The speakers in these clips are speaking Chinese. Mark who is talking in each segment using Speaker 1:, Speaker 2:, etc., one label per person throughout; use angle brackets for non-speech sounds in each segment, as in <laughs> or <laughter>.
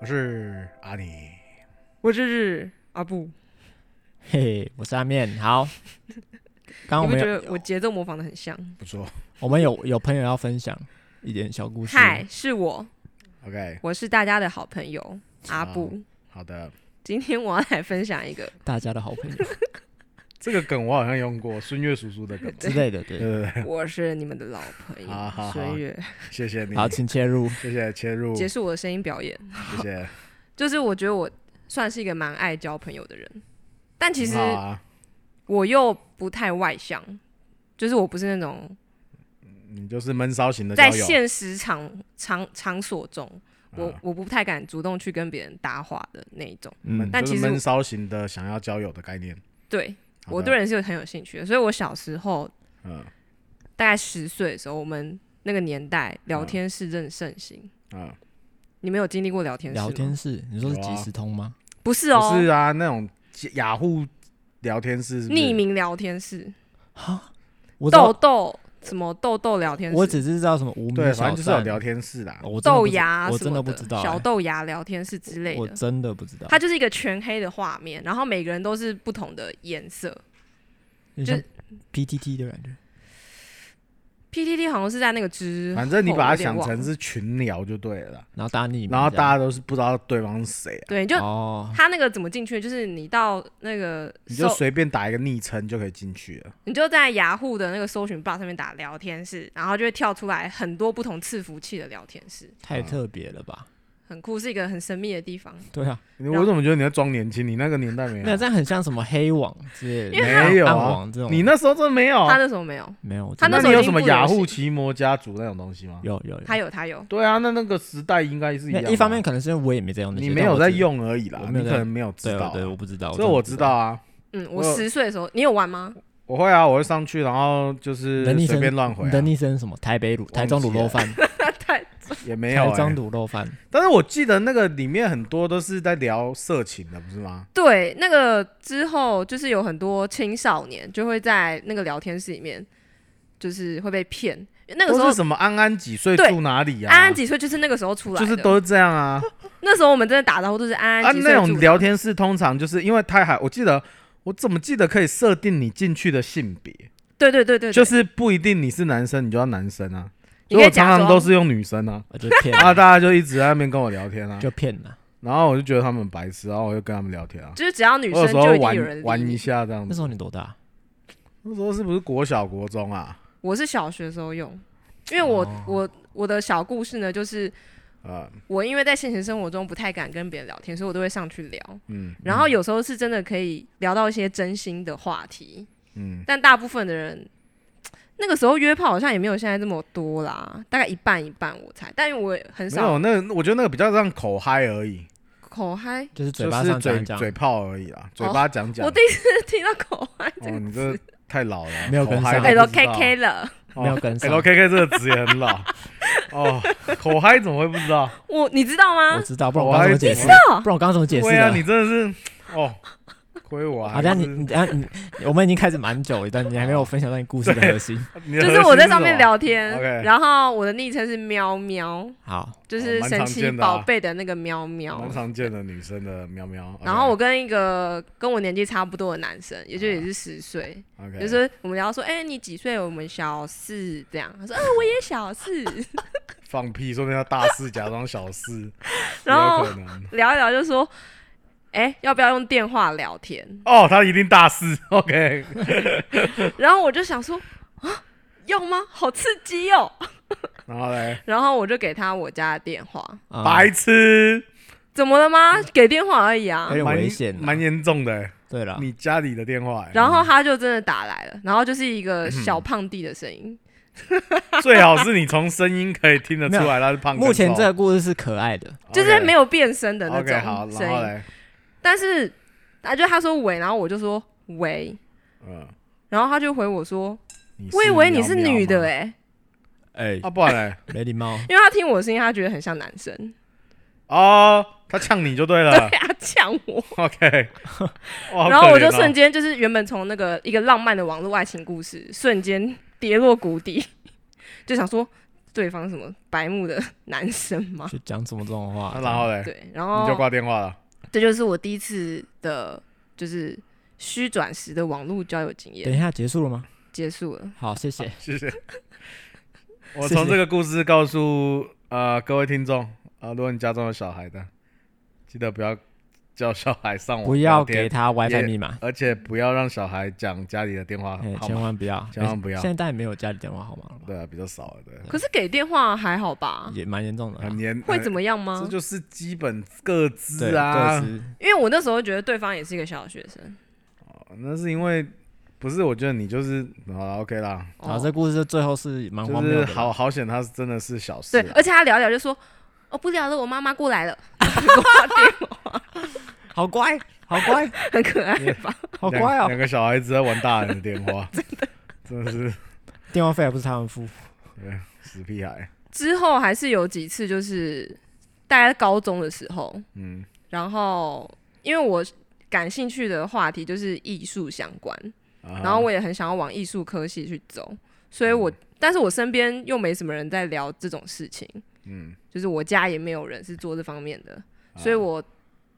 Speaker 1: 我是阿尼。
Speaker 2: 我就是啊阿布。
Speaker 3: 嘿嘿，我是阿面。
Speaker 2: <laughs>
Speaker 3: 好，刚刚我
Speaker 2: 你不
Speaker 3: 们
Speaker 2: 觉
Speaker 3: 有
Speaker 2: 得我节奏模仿的很像？
Speaker 1: 不错
Speaker 3: 我们有有朋友要分享一点小故事。
Speaker 2: 嗨，是我，
Speaker 1: ，OK，
Speaker 2: 我是大家的好朋友
Speaker 1: 啊
Speaker 2: 阿布。
Speaker 1: 好的，
Speaker 2: 今天我要来分享一
Speaker 1: <laughs>
Speaker 2: 个，
Speaker 3: 大家的好朋友
Speaker 1: 这个梗我好像用过，孙悦叔叔的梗，
Speaker 3: 之类的，
Speaker 1: <laughs> 对
Speaker 3: 对。
Speaker 1: 对对，
Speaker 2: 我是你们的老朋
Speaker 1: 好好
Speaker 2: 友
Speaker 1: 好
Speaker 2: 孙悦，
Speaker 1: 谢谢你，
Speaker 3: 好，请切入。
Speaker 1: 谢谢切入，
Speaker 2: 结
Speaker 1: 谢
Speaker 2: 束我的声音表演。
Speaker 1: 谢，
Speaker 2: 就是我觉得我算是一个蛮爱交朋友的人，但其实
Speaker 1: 很好啊，
Speaker 2: 我又不太外向，就是我不是那种
Speaker 1: 你就是闷骚型的交
Speaker 2: 在
Speaker 1: 友，
Speaker 2: 现实场场场所中，我
Speaker 1: 嗯
Speaker 2: 我不太敢主动去跟别人搭话的那一种。
Speaker 3: 嗯，
Speaker 2: 但
Speaker 1: 就是
Speaker 2: 其实
Speaker 1: 闷骚型的想要交友的概念，
Speaker 2: 对
Speaker 1: 好的
Speaker 2: 我对人是很有兴趣的，所以我小时候
Speaker 1: 嗯
Speaker 2: 大概十岁的时候，我们那个年代
Speaker 3: 嗯
Speaker 2: 聊天室正盛行。
Speaker 1: 嗯，
Speaker 2: 你们有经历过聊天室吗？
Speaker 3: 聊天室，你说是
Speaker 1: 有啊
Speaker 3: 即时通吗？
Speaker 2: 不是哦，
Speaker 1: 不是啊，那种雅虎聊天室是不是
Speaker 2: 匿，名聊天室，
Speaker 3: 哈，我知道
Speaker 2: 豆豆什么豆豆聊天室，
Speaker 3: 我只是知道什么无名
Speaker 1: 对，反
Speaker 3: 小
Speaker 1: 正就是有
Speaker 3: 站，
Speaker 1: 聊天室啦，
Speaker 3: 我真的
Speaker 2: 豆
Speaker 3: 不知
Speaker 2: 芽啊
Speaker 3: 我
Speaker 2: 什
Speaker 3: 真
Speaker 2: 么
Speaker 3: 的
Speaker 2: 的
Speaker 3: 不知道，
Speaker 2: 小
Speaker 3: 欸
Speaker 2: 豆芽聊天室之类
Speaker 3: 我
Speaker 2: 的。
Speaker 3: 真的不知道。
Speaker 2: 它就是一个全黑的画面，然后每个人都是不同的颜色。
Speaker 3: 有
Speaker 2: 就
Speaker 3: 点像 PTT 的感觉，
Speaker 2: PTT 好像是在那个之后，
Speaker 1: 反正你把它想
Speaker 2: 我有点
Speaker 1: 成
Speaker 2: 忘了
Speaker 1: 是群聊就对了啦，
Speaker 3: 然后大家匿名这
Speaker 1: 然
Speaker 3: 样，
Speaker 1: 后大家都是不知道对方是谁啊，
Speaker 2: 对，你就
Speaker 3: 哦，
Speaker 2: 他那个怎么进去？就是你到那个
Speaker 1: 你就
Speaker 2: 搜，
Speaker 1: 随便打一个昵称就可以进去了，
Speaker 2: 你就在雅虎的那个搜寻 bar 上面打聊天室，然后就会跳出来很多不同伺服器的聊天室，
Speaker 3: 太
Speaker 1: 嗯
Speaker 3: 特别了吧？
Speaker 2: 很酷，是一个很神秘的地方。
Speaker 3: 对啊，
Speaker 1: 你我怎么觉得你在装年轻？你那个年代没有，啊
Speaker 3: 那这样很像什么黑网之类
Speaker 1: 因为
Speaker 3: 的，
Speaker 1: 它没有啊
Speaker 3: 暗网这种，
Speaker 1: 你那时候真的没有？
Speaker 2: 他那时候没有，
Speaker 3: 没有？我
Speaker 2: 他
Speaker 3: 真
Speaker 1: 那
Speaker 3: 的
Speaker 2: 时
Speaker 1: 你
Speaker 2: 候
Speaker 1: 有
Speaker 2: 已
Speaker 1: 什
Speaker 2: 经
Speaker 1: 么
Speaker 2: 不流
Speaker 1: 雅虎
Speaker 2: 行
Speaker 1: 奇摩家族那种东西吗？
Speaker 3: 有有有
Speaker 2: 他有他有，
Speaker 1: 对啊，那那个时代应该是一样
Speaker 3: 那
Speaker 1: 啊。
Speaker 3: 一方面可能是因为我也没在用那些，
Speaker 1: 你没
Speaker 3: 但
Speaker 1: 有
Speaker 3: 我
Speaker 1: 在
Speaker 3: 知，
Speaker 1: 用而已啦，
Speaker 3: 我
Speaker 1: 你
Speaker 3: 没有在
Speaker 1: 可能没有知
Speaker 3: 对
Speaker 1: 道啊。
Speaker 3: 对，我不知道，
Speaker 1: 这我知道。啊，
Speaker 2: 嗯，
Speaker 1: 我
Speaker 2: 我十岁的时候，你有玩吗？
Speaker 1: 我会啊，我会上去，然后就是
Speaker 3: 人力
Speaker 1: 随
Speaker 3: 生
Speaker 1: 便乱回
Speaker 3: 你
Speaker 1: 啊
Speaker 3: 的，昵称什么？台北卤、台中卤肉饭，
Speaker 2: 太
Speaker 1: 也没有
Speaker 3: 台中
Speaker 1: 欸。
Speaker 3: 卤肉饭，
Speaker 1: 但是我记得那个里面很多都是在聊色情的，不是吗？
Speaker 2: <laughs> 对，那个之后就是有很多青少年就会在那个聊天室里面，就是会被骗。那个时
Speaker 1: 都
Speaker 2: 候
Speaker 1: 是什么安安几岁
Speaker 2: 对
Speaker 1: 住哪里啊？
Speaker 2: 安安几岁就是那个时候出来
Speaker 1: 就
Speaker 2: 的，
Speaker 1: 是都是这样啊。
Speaker 2: 那时候我们真的打招呼都是安
Speaker 1: 啊，
Speaker 2: 安几岁
Speaker 1: 那
Speaker 2: 住
Speaker 1: 种
Speaker 2: 哪
Speaker 1: 聊天室通常就是因为太海，我记得我怎么记得可以设定你进去的性别，
Speaker 2: 对对对对，对
Speaker 1: 就是不一定你是男生，你就要男生啊。
Speaker 2: 你
Speaker 1: 所
Speaker 2: 可
Speaker 1: 以
Speaker 2: 以
Speaker 1: 我常
Speaker 2: 假
Speaker 1: 常都
Speaker 2: 装
Speaker 1: 是用女生
Speaker 2: <laughs>
Speaker 1: 啊，
Speaker 3: 我就骗
Speaker 1: 然后
Speaker 3: 了，
Speaker 1: 大家就一直在那边跟我聊天啊，
Speaker 3: 就骗了。
Speaker 1: 然后我就觉得他们很白痴，然后我就跟他们聊天啊。
Speaker 2: 就是只要女
Speaker 1: 我有
Speaker 2: 生
Speaker 1: 时
Speaker 2: 就
Speaker 1: 候
Speaker 2: 一定有人
Speaker 1: 玩玩
Speaker 2: 理
Speaker 1: 一
Speaker 2: 你。嗯
Speaker 1: 下这样
Speaker 3: 那
Speaker 1: 子，
Speaker 3: 时候你多大？
Speaker 1: 那时候是不是国小国中啊？
Speaker 2: 我是小学的时候用，因为我、
Speaker 1: 哦
Speaker 2: 我我的小故事呢，就是
Speaker 1: 呃，
Speaker 2: 我因为在现实生活中不太敢跟别人聊天，所以我都会上去聊。
Speaker 1: 嗯
Speaker 2: 然后有时候是真的可以聊到一些真心的话题，
Speaker 1: 嗯，
Speaker 2: 但大部分的人那个时候约炮好像也没有现在这么多啦，大概一半一半我猜，但我也很
Speaker 1: 没有，
Speaker 2: 少
Speaker 1: 那个我觉得那个比较像口嗨而已，
Speaker 2: 口嗨。
Speaker 3: 就是嘴
Speaker 1: 就
Speaker 3: 巴
Speaker 1: 是
Speaker 3: 上
Speaker 1: 嘴
Speaker 3: 讲讲，
Speaker 1: 嘴炮而已啦，嘴巴讲讲
Speaker 2: 哦我。第一次听到口嗨这
Speaker 1: 哦，
Speaker 2: 个
Speaker 1: 你
Speaker 2: 词
Speaker 1: 这太老了，
Speaker 3: 没有
Speaker 1: 口
Speaker 3: 跟
Speaker 1: 嗨
Speaker 3: 上
Speaker 1: 都不
Speaker 2: l
Speaker 1: 知
Speaker 2: 哎 K
Speaker 1: 道
Speaker 2: K 了，
Speaker 3: 没有跟上
Speaker 1: L 哎 K K 这个职业很老哦，口嗨怎么会不知道？
Speaker 2: 我你知道吗
Speaker 3: 我？知道，不然
Speaker 1: 我
Speaker 3: 我刚
Speaker 1: 还
Speaker 3: 刚怎么解
Speaker 1: 知
Speaker 3: 释
Speaker 2: 道？
Speaker 3: 不然我刚刚怎么解释
Speaker 1: 对啊，你
Speaker 3: 的？
Speaker 1: 真的是哦，亏我啊还
Speaker 3: 好像你
Speaker 1: 是
Speaker 3: 你等下你，我们已经开始蛮久了，但你还没有分享到你故事的核心。
Speaker 1: 你的
Speaker 2: 就
Speaker 1: 核
Speaker 2: 是
Speaker 1: 心
Speaker 2: 我在
Speaker 1: 什
Speaker 2: 上面
Speaker 1: 么
Speaker 2: 聊天
Speaker 1: OK
Speaker 2: 然后我的昵称是喵喵，
Speaker 3: 好，
Speaker 2: 就是
Speaker 1: 蛮
Speaker 2: 神
Speaker 1: 常
Speaker 2: 奇
Speaker 1: 见的啊
Speaker 2: 宝贝的那个喵喵。
Speaker 1: 蛮常见的女生的啊喵喵。
Speaker 2: <laughs> 然后我跟一个跟我年纪差不多的男生，
Speaker 1: 啊
Speaker 2: 也就也是十岁，
Speaker 1: o k
Speaker 2: 就是我们聊说，哎、你几岁？我们小四这样。他说，啊，我也小四。 <laughs>
Speaker 1: 放屁，说明他大四假装小四，
Speaker 2: <laughs> 然后
Speaker 1: 也有可能
Speaker 2: 聊一聊就说，哎、要不要用电话聊天？ <laughs>
Speaker 1: 哦，他一定大四。OK，
Speaker 2: 然后我就想说，啊，要吗？好刺激哦。 <laughs>
Speaker 1: 然后嘞，
Speaker 2: 然后我就给他我家的电话，
Speaker 3: 嗯
Speaker 1: 白痴，
Speaker 2: 怎么了吗？给电话而已啊
Speaker 3: 有。点
Speaker 1: 蛮
Speaker 3: 危险啊啊
Speaker 1: 蛮严重的。欸
Speaker 3: 对了，
Speaker 1: 你家里的电话，欸
Speaker 2: 然后他就真的打来了，然后就是一
Speaker 1: 嗯
Speaker 2: 个小胖弟的声音，
Speaker 1: 最好是你从声音可以听得出来他是胖跟瘦。
Speaker 3: 目前这个故事是可爱的，
Speaker 2: 就是没
Speaker 1: 有
Speaker 2: 有变声的那
Speaker 1: OK，好，
Speaker 2: 种声
Speaker 1: 然后
Speaker 2: 音。
Speaker 1: 嘞，
Speaker 2: 但是啊，就他说喂，然后我就说喂，
Speaker 1: 嗯，
Speaker 2: 然后他就回我说，
Speaker 1: 你是
Speaker 2: 我以为你是
Speaker 1: 喵喵
Speaker 2: 女的
Speaker 1: 吗
Speaker 2: 哎、
Speaker 3: 哎
Speaker 1: 啊，不然嘞，
Speaker 3: 没礼貌。
Speaker 2: 因为他听我的声音，他觉得很像男生，
Speaker 1: 哦，他呛你就对
Speaker 2: <laughs> 对
Speaker 1: 了。
Speaker 2: 他呛我，
Speaker 1: OK，哇好
Speaker 2: 然后我就
Speaker 1: 可怜哦
Speaker 2: 瞬间就是原本从那个 <laughs> 一个浪漫的网络爱情故事，瞬间跌落谷底，就想说对方什么白目的男生嘛。
Speaker 3: 就讲什么这种话
Speaker 1: 啊，然后嘞，
Speaker 2: 对，哦然
Speaker 1: 你就
Speaker 2: 后
Speaker 1: 挂电话了。
Speaker 2: 这就是我第一次的，就是虚转时的网络交友经
Speaker 3: 等
Speaker 2: 验
Speaker 3: 一下结束了吗？
Speaker 2: 结束了。
Speaker 3: <laughs> 好，谢谢。
Speaker 1: 谢
Speaker 2: <laughs>
Speaker 1: 谢。我
Speaker 3: 谢谢
Speaker 1: 从这个故事告诉呃各位听众啊、呃如果你家中有小孩的，记得不要叫小孩上网，
Speaker 3: 不要给，他
Speaker 1: 也
Speaker 3: WiFi 密码，
Speaker 1: 而且不要让小孩讲家里的电话
Speaker 3: 哎，
Speaker 1: 号
Speaker 3: 千
Speaker 1: 码，
Speaker 3: 万不要，
Speaker 1: 千万不要
Speaker 3: 现在当然没有家里电话号码了吧，
Speaker 1: 对啊，比较少了，对，
Speaker 2: 可是给电话还好吧？
Speaker 3: 也蛮严重的啊。
Speaker 1: 很严，
Speaker 2: 会怎
Speaker 1: 么、
Speaker 2: 么样
Speaker 1: 这
Speaker 2: 吗？
Speaker 1: 就是基本各
Speaker 3: 对，
Speaker 1: 自啊
Speaker 3: 各，自
Speaker 2: 因为我那时候觉得对方也是一个小学生。
Speaker 1: 哦那是因为不是，我觉得你就是好了，OK 啦，
Speaker 3: 好，
Speaker 2: 哦
Speaker 3: 这故事就最后是蛮
Speaker 1: 就
Speaker 3: 荒谬
Speaker 1: 是
Speaker 3: 的。
Speaker 1: 好，好险，他是真的是小事
Speaker 2: 对
Speaker 1: 啊，，
Speaker 2: 而且他聊一聊就说：“哦，不聊了，我妈妈过来了。 <laughs>
Speaker 3: 好乖，好乖，”
Speaker 2: 很可爱
Speaker 1: <laughs>
Speaker 2: 吧？
Speaker 3: 好
Speaker 1: 两
Speaker 3: 乖哦。
Speaker 1: 两个小孩子在玩大人的电
Speaker 2: <laughs>
Speaker 1: 话，真的，真的是。
Speaker 3: 电话费还不是他们付，
Speaker 1: 对，死屁孩。
Speaker 2: 之后还是有几次，就是大概高中的时候，
Speaker 1: 嗯，
Speaker 2: 然后因为我感兴趣的话题就是艺术相关，然
Speaker 1: 然
Speaker 2: 后我也很想要往艺术科系去走，所以我、但是我身边又没什么人在聊这种事情，
Speaker 1: 嗯，
Speaker 2: 就是我家也没有人是做这方面的，
Speaker 1: 啊
Speaker 2: 所以我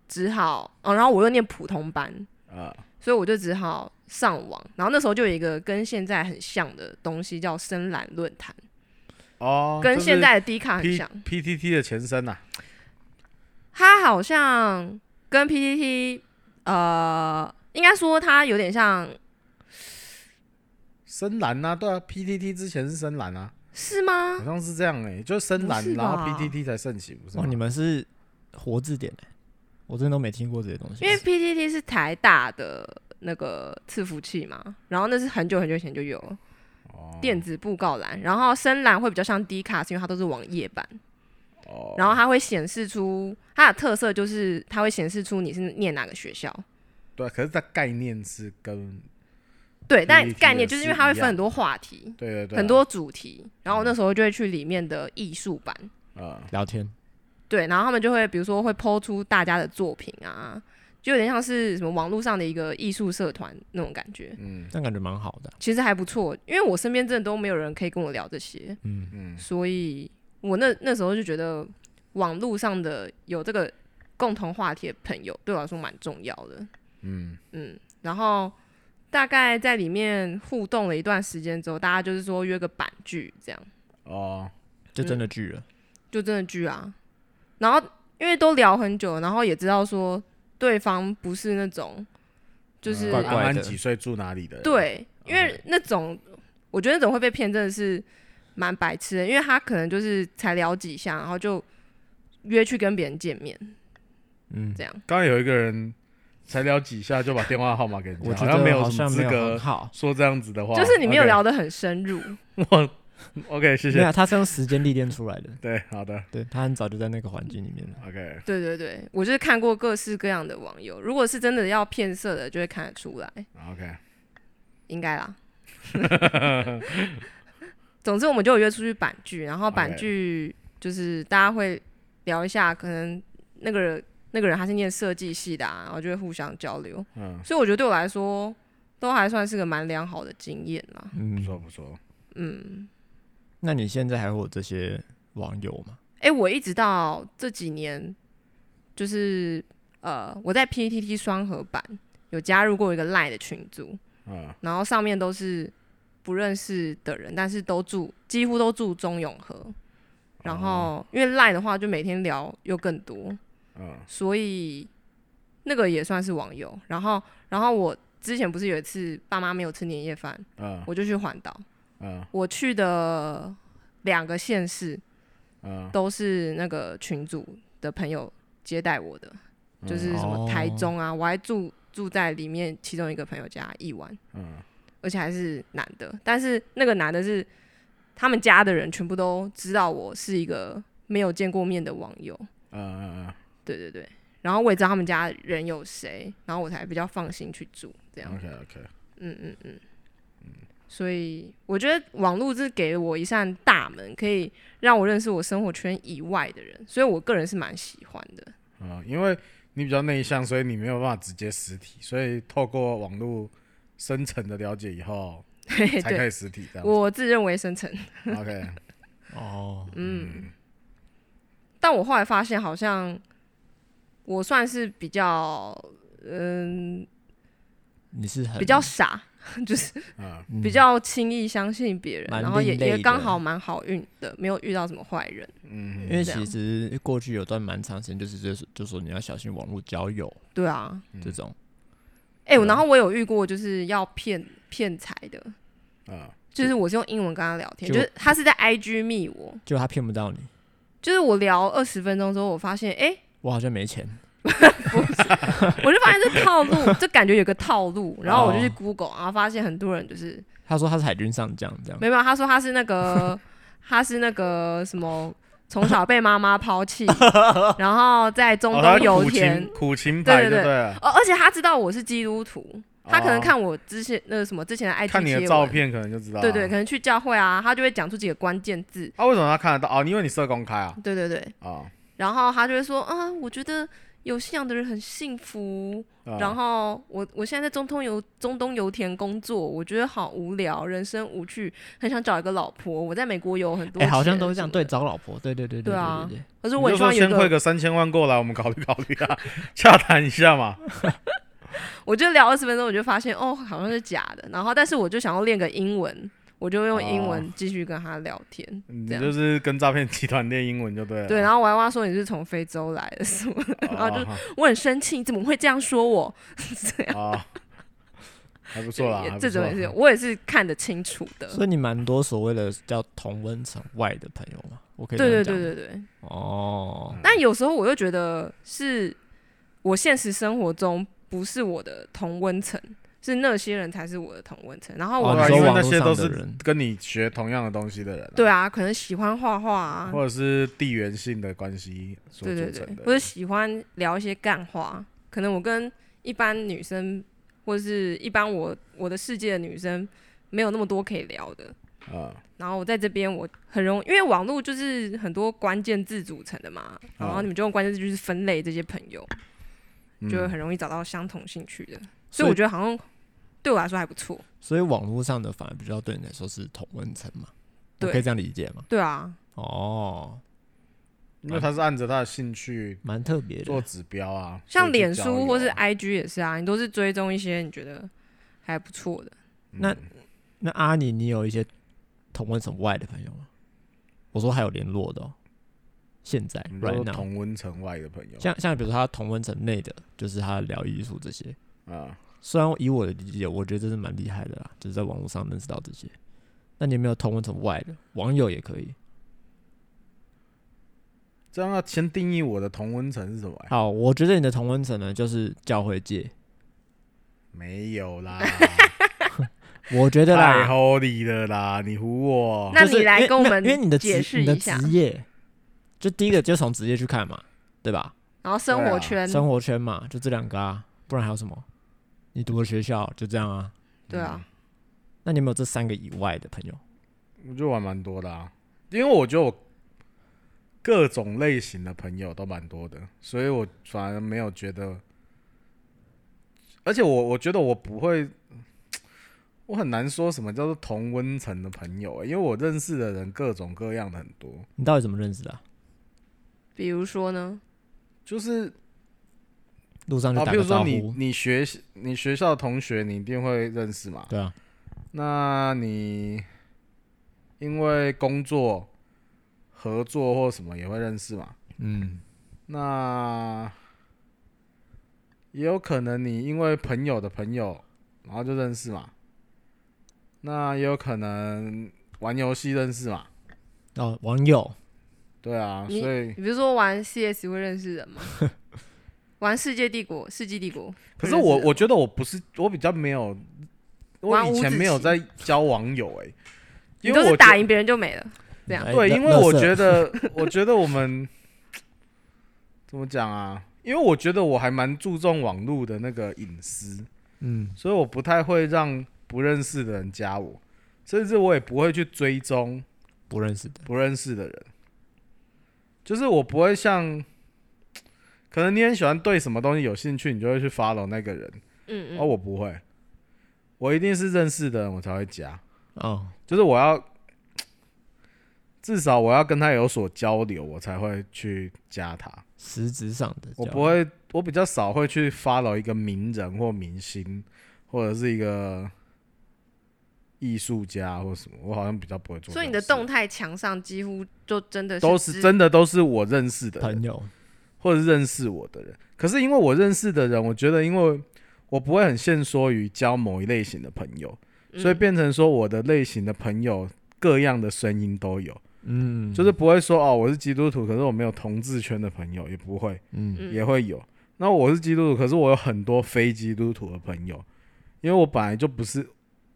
Speaker 2: 只好，哦，然后我又念普通班，
Speaker 1: 啊
Speaker 2: 所以我就只好上网，然后那时候就有一个跟现在很像的东西叫深蓝论坛，
Speaker 1: 哦，
Speaker 2: 跟
Speaker 1: 就是
Speaker 2: 现在的 D 卡很
Speaker 1: P
Speaker 2: 像，
Speaker 1: PTT 的前身呐，
Speaker 2: 它好像跟 PPT 呃，应该说它有点像，
Speaker 1: 深蓝呐，对啊，PTT 之前是深蓝啊，
Speaker 2: 是
Speaker 1: 好
Speaker 2: 吗？
Speaker 1: 像是这样哎，就深蓝
Speaker 2: 不，是吧哦
Speaker 1: 然后 PTT 才盛起，不是吗
Speaker 3: 哇，？你们是活字典欸我真的都没听过这些东西。
Speaker 2: 因为 PPT 是台大的那个伺服器嘛，然后那是很久很久以前就有了
Speaker 1: 哦
Speaker 2: 电子布告栏，然后深蓝会比较像 D 卡，是因为它都是网页版。
Speaker 1: 哦，
Speaker 2: 然后它会显示出它的特色就是它会显示出你是念哪个学校。
Speaker 1: 对啊，可是它概念是跟
Speaker 2: 对，但
Speaker 1: PPT
Speaker 2: 概
Speaker 1: 的
Speaker 2: 念就是因
Speaker 1: 是
Speaker 2: 为它会
Speaker 1: 一
Speaker 2: 分
Speaker 1: 样
Speaker 2: 很多话题、
Speaker 1: 对对对啊，嗯
Speaker 2: 很多主题，然后我那时候就会去里面的艺术版，
Speaker 1: 呃
Speaker 3: 聊天，
Speaker 2: 对，然后他们就会比如说会抛出大家的作品啊，就有点像是什么网络上的一个艺术社团那种感觉，
Speaker 1: 嗯
Speaker 3: 这样感觉蛮好的。
Speaker 2: 其实还不错，因为我身边真的都没有人可以跟我聊这些，
Speaker 3: 嗯，
Speaker 1: 嗯
Speaker 2: 所以我那那时候就觉得网络上的有这个共同话题的朋友对我来说蛮重要的。
Speaker 1: 嗯，
Speaker 2: 嗯，然后大概在里面互动了一段时间之后，大家就是说约个板剧这样，
Speaker 1: 哦，
Speaker 3: 就真的聚了。
Speaker 2: 就真的聚啊。然后因为都聊很久，然后也知道说对方不是那种就是、
Speaker 3: 怪怪的
Speaker 1: 啊安安几岁住哪里的？，嗯
Speaker 2: 对，因为那种我觉得那种会被骗真的是蛮白痴的，因为他可能就是才聊几下，然后就约去跟别人见面
Speaker 3: 嗯，
Speaker 2: 这样。
Speaker 1: 刚刚有一个人才聊几下就把电话号码给人
Speaker 3: 我觉
Speaker 1: 家，好
Speaker 3: 得
Speaker 1: 没
Speaker 3: 好
Speaker 1: 什么
Speaker 3: 像
Speaker 1: 资
Speaker 3: 没有很
Speaker 1: 格
Speaker 3: 好。
Speaker 1: 说这样子的话，
Speaker 2: 就是你没有
Speaker 1: OK，
Speaker 2: 聊得很深入，
Speaker 1: 我。OK，谢
Speaker 3: 没
Speaker 1: 谢。
Speaker 3: 有，他是用时间历练出来的。
Speaker 1: 对，好的
Speaker 3: 对他很早就在那个环境里面了。
Speaker 1: ，OK，
Speaker 2: 对对对，我就是看过各式各样的网友，如果是真的要骗色的，就会看得出来，
Speaker 1: OK，
Speaker 2: 应该啦。
Speaker 1: <laughs>
Speaker 2: 总之，我们就有约出去板剧，然后板
Speaker 1: OK
Speaker 2: 剧就是大家会聊一下，可能那个人那个人他是念设计系的、啊，然后就会互相交流，
Speaker 1: 嗯，
Speaker 2: 所以我觉得对我来说都还算是个蛮良好的经验啦。
Speaker 1: 不
Speaker 3: 嗯，
Speaker 1: 错不错。
Speaker 2: 嗯，
Speaker 3: 那你现在还会有这些网友吗？
Speaker 2: 诶，我一直到这几年，就是呃，我在 PTT 双核版有加入过一个 Line 的群组，
Speaker 1: 嗯
Speaker 2: 然后上面都是不认识的人，但是都住几乎都住中永和。然后因为赖的话，就每天聊又更多，
Speaker 1: 嗯
Speaker 2: 所以那个也算是网友。然后，然后我之前不是有一次爸妈没有吃年夜饭，
Speaker 1: 嗯
Speaker 2: 我就去环岛，
Speaker 1: 嗯
Speaker 2: 我去的两个县市
Speaker 1: 嗯，
Speaker 2: 都是那个群主的朋友接待我的，就是什么
Speaker 3: 哦
Speaker 2: 台中啊，我还住住在里面其中一个朋友家一晚。
Speaker 1: 嗯
Speaker 2: 而且还是男的，但是那个男的是他们家的人全部都知道我是一个没有见过面的网友，
Speaker 1: 嗯嗯
Speaker 2: 对对对，然后我也知道他们家人有谁，然后我才比较放心去住这样
Speaker 1: 嗯，，OK OK，
Speaker 2: 嗯嗯嗯，所以我觉得网络是给了我一扇大门，可以让我认识我生活圈以外的人，所以我个人是蛮喜欢的， <laughs>
Speaker 1: 嗯，因为你比较内向，所以你没有办法直接实体，所以透过网络深层的了解以后，
Speaker 2: 对
Speaker 1: 才可
Speaker 2: 对，
Speaker 1: 以实体这样子。
Speaker 2: 我自认为深层，
Speaker 1: OK，
Speaker 3: 哦，
Speaker 2: 嗯，但我后来发现，好像我算是比较，嗯，
Speaker 3: 你是很
Speaker 2: 比较傻， <laughs> 就是
Speaker 1: 啊，
Speaker 3: 嗯
Speaker 2: 比较轻易相信别人，
Speaker 3: 蛮
Speaker 2: 然后也
Speaker 3: 另类
Speaker 2: 也刚
Speaker 3: 的
Speaker 2: 好蛮好运的，没有遇到什么坏人。
Speaker 1: 嗯
Speaker 3: 因为
Speaker 2: 这
Speaker 3: 其
Speaker 2: 样
Speaker 3: 实过去有段蛮长时间，就是就是就说你要小心网络交友
Speaker 2: 对啊，
Speaker 3: 这种，
Speaker 2: 哎、我
Speaker 3: 对啊
Speaker 2: 然后我有遇过就是要骗骗财的，
Speaker 1: 啊，
Speaker 2: 就是我是用英文跟他聊天，
Speaker 3: 就
Speaker 2: 就是他是在 IG 密我，
Speaker 3: 就他骗不到你，
Speaker 2: 就是我聊二十分钟之后，我发现哎、
Speaker 3: 我好像没钱，
Speaker 2: <laughs> 我就发现这套
Speaker 1: <laughs>
Speaker 2: 路，就感觉有个套路，然后我就去
Speaker 3: 哦
Speaker 2: Google，然后发现很多人就是
Speaker 3: 他说他是海军上将这样，
Speaker 2: 没有，他说他是那
Speaker 1: <laughs>
Speaker 2: 个他是那个什么，从小被妈妈
Speaker 1: <laughs>
Speaker 2: 抛弃，然后在中
Speaker 1: 哦
Speaker 2: 东
Speaker 1: 他
Speaker 2: 油
Speaker 1: 苦
Speaker 2: 田。
Speaker 1: 情苦情牌就
Speaker 2: 对对对
Speaker 1: 了，
Speaker 2: 哦，而且他知道我是基督徒，他可能
Speaker 1: 哦
Speaker 2: 看我之前那个什么之前的 IG
Speaker 1: 看你的
Speaker 2: 贴
Speaker 1: 照
Speaker 2: 文，
Speaker 1: 片可啊能就知道，
Speaker 2: 对对，可，能去教会啊，他就会讲出几个关键字，
Speaker 1: 啊，为什么他看得到？哦，因为你社公开啊，
Speaker 2: 对对对，
Speaker 1: 啊，
Speaker 2: 然后他就会说啊，我觉得有信仰的人很幸福，
Speaker 1: 啊
Speaker 2: 然后我我现在在中东油中东油田工作，我觉得好无聊，人生无趣，很想找一个老婆。我在美国有很多
Speaker 3: 哎、
Speaker 2: 钱什么的，
Speaker 3: 好像都是这样，对，找老婆，对对对
Speaker 2: 对
Speaker 3: 对
Speaker 2: 啊
Speaker 3: 对对，
Speaker 2: 可是
Speaker 1: 你
Speaker 2: 我
Speaker 1: 就
Speaker 2: 也希
Speaker 1: 说
Speaker 2: 望有
Speaker 1: 先
Speaker 2: 一
Speaker 1: 汇
Speaker 2: 个，
Speaker 1: 个三千万过来，我们考虑考虑啊， <laughs> 洽谈一下嘛，
Speaker 2: 我就聊二十分钟，我就发现哦，好像是假的。然后，但是我就想要练个英文，我就用英
Speaker 3: 啊
Speaker 2: 文继续跟他聊天，
Speaker 1: 你
Speaker 2: 这样。
Speaker 1: 就是跟诈骗集团练英文就对
Speaker 3: 啊
Speaker 1: 了，哦
Speaker 2: 对，然后我还问他说你是从非洲来的什么的？然后就
Speaker 1: 就
Speaker 2: 我很生气，你怎么会这样说我？
Speaker 1: 啊，还不错啦，
Speaker 2: 也
Speaker 1: 还不
Speaker 2: 这种
Speaker 1: 错
Speaker 2: 也是，我也是看得清楚的。
Speaker 3: 所以你蛮多所谓的叫同温层外的朋友嘛，我可以这
Speaker 2: 对对
Speaker 3: 样讲
Speaker 2: 对
Speaker 3: 吗
Speaker 2: 对对。
Speaker 3: 哦，
Speaker 2: 但有时候我又觉得是我现实生活中不是我的同温层，是那些人才是我的同温层。然后我、
Speaker 3: 哦
Speaker 1: 对啊
Speaker 3: 你说
Speaker 1: 因为
Speaker 3: 网
Speaker 1: 那
Speaker 3: 络
Speaker 1: 些
Speaker 3: 上
Speaker 1: 都
Speaker 3: 的
Speaker 1: 是
Speaker 3: 人
Speaker 1: 跟你学同样的东西的人啊，
Speaker 2: 对啊，可能喜欢画画啊，
Speaker 1: 或者是地缘性的关系所
Speaker 2: 对
Speaker 1: 组
Speaker 2: 对
Speaker 1: 成
Speaker 2: 对，
Speaker 1: 的，
Speaker 2: 或者喜欢聊一些干话。可能我跟一般女生或者是一般我我的世界的女生没有那么多可以聊的。
Speaker 1: 啊，
Speaker 2: 然后我在这边我很容易，因为网络就是很多关键字组成的嘛，
Speaker 1: 哦
Speaker 2: 然后你们就用关键字去分类这些朋友，
Speaker 1: 嗯
Speaker 2: 就会很容易找到相同兴趣的。
Speaker 3: 所
Speaker 2: 所以
Speaker 3: 以
Speaker 2: 我觉得好像对我来说还不错。
Speaker 3: 所以网络上的反而比较对你来说是同温层嘛，我
Speaker 2: 对
Speaker 3: 可以这样理解嘛？
Speaker 2: 对啊，
Speaker 3: 哦，
Speaker 1: 因为他是按着他的兴趣
Speaker 3: 蛮特别
Speaker 1: 做
Speaker 3: 的，
Speaker 1: 指标啊，
Speaker 2: 像
Speaker 1: 所以去
Speaker 2: 脸
Speaker 1: 交友
Speaker 2: 书
Speaker 1: 啊
Speaker 2: 或是 IG 也是啊，你都是追踪一些你觉得还不错的。
Speaker 1: 嗯
Speaker 3: 那那阿尼，你有一些同温层外的朋友吗？我说还有联络的、哦，现在
Speaker 1: 你
Speaker 3: right
Speaker 1: 说
Speaker 3: now，
Speaker 1: 同温层外的朋友
Speaker 3: 像像比如说他同温层内的，就是他聊艺术这些。
Speaker 1: 啊，
Speaker 3: 虽然以我的理解，我觉得这是蛮厉害的啦，就是在网络上认识到这些。那你有没有同温层外的网友也可以？
Speaker 1: 这样要先定义我的同温层是什么、欸？
Speaker 3: 好，我觉得你的同温层呢，就是教会界。
Speaker 1: 没
Speaker 3: <laughs>
Speaker 1: 有啦，
Speaker 3: 我觉得
Speaker 1: 太
Speaker 3: 啦，
Speaker 1: holy 了啦，你唬我
Speaker 2: 那
Speaker 3: 就是
Speaker 2: 你来
Speaker 3: 因为
Speaker 2: 跟我
Speaker 3: 没有
Speaker 2: 们
Speaker 3: 因为你的
Speaker 2: 解
Speaker 3: 职
Speaker 2: 释
Speaker 3: 你的
Speaker 2: 一下
Speaker 3: 职业，就第一个就从职业去看嘛，对吧？
Speaker 2: 然后生
Speaker 1: 对啊
Speaker 2: 活圈，
Speaker 3: 生活圈嘛，就这两个啊，不然还有什么？你读的学校就这样啊。
Speaker 2: 对啊，
Speaker 1: 嗯
Speaker 3: 那你有没有这三个以外的朋友？
Speaker 1: 嗯我就玩蛮多的啊，因为我觉得我各种类型的朋友都蛮多的，所以我反而没有觉得，而且我我觉得我不会，我很难说什么叫做同温层的朋友、欸因为我认识的人各种各样的很多，
Speaker 3: 你到底怎么认识的啊、
Speaker 2: 比如
Speaker 1: <laughs>
Speaker 2: 说呢，
Speaker 1: 就是
Speaker 3: 路哦上就
Speaker 1: 啊，
Speaker 3: 打
Speaker 1: 比如
Speaker 3: 个招
Speaker 1: 说你
Speaker 3: 呼，
Speaker 1: 你学习你学校的同学，你一定会认识嘛。
Speaker 3: 对啊，
Speaker 1: 那你因为工作合作或什么也会认识嘛。
Speaker 3: 嗯，
Speaker 1: 那也有可能你因为朋友的朋友，然后就认识嘛。那也有可能玩游戏认识嘛。
Speaker 3: 哦，网友，
Speaker 1: 对啊，
Speaker 2: 你
Speaker 1: 所以
Speaker 2: 你比如说玩 CS 会认识人
Speaker 1: <laughs>
Speaker 2: 吗？玩世界帝国、世纪帝国，
Speaker 1: 可是我
Speaker 2: 会认识人吗
Speaker 1: 我觉得我不是我比较没有，我
Speaker 2: 玩
Speaker 1: 以
Speaker 2: 五
Speaker 1: 前
Speaker 2: 子
Speaker 1: 没有
Speaker 2: 棋
Speaker 1: 在交网友哎、
Speaker 2: 你
Speaker 1: 因
Speaker 2: 都
Speaker 1: 为
Speaker 2: 是
Speaker 1: 我觉
Speaker 2: 打
Speaker 1: 得
Speaker 2: 赢别人就没了，这样
Speaker 3: 哎
Speaker 1: 对，
Speaker 3: 垃
Speaker 1: 因为我
Speaker 3: 垃圾
Speaker 1: 觉
Speaker 3: <laughs>
Speaker 1: 得，我觉得我们怎么讲啊？因为我觉得我还蛮注重网络的那个隐私，
Speaker 3: 嗯，
Speaker 1: 所以我不太会让不认识的人加我，甚至我也不会去追踪
Speaker 3: 不认识的，
Speaker 1: 不认识的人。就是我不会像，可能你很喜欢对什么东西有兴趣，你就会去 follow 那个人，
Speaker 2: 嗯
Speaker 1: 而、
Speaker 2: 嗯，
Speaker 1: 我不会，我一定是认识的人我才会加。
Speaker 3: 哦，
Speaker 1: 就是我要至少我要跟他有所交流，我才会去加他。
Speaker 3: 实质上的
Speaker 1: 我
Speaker 3: 交
Speaker 1: 不会，我比较少会去 follow 一个名人或明星，或者是一个艺术家或什么，我好像比较不会做这种事。
Speaker 2: 所以你的动态墙上几乎就真的
Speaker 1: 都
Speaker 2: 是
Speaker 1: 是真的都是我认识的人
Speaker 3: 朋，友，
Speaker 1: 或者是认识我的人。可是因为我认识的人，我觉得因为我不会很限缩于交某一类型的朋友，
Speaker 2: 嗯
Speaker 1: 所以变成说我的类型的朋友各样的声音都有，
Speaker 3: 嗯，
Speaker 1: 就是不会说哦我是基督徒，可是我没有同志圈的朋友，也不会。
Speaker 3: 嗯
Speaker 2: 嗯
Speaker 1: 也会有。那我是基督徒，可是我有很多非基督徒的朋友，因为我本来就不是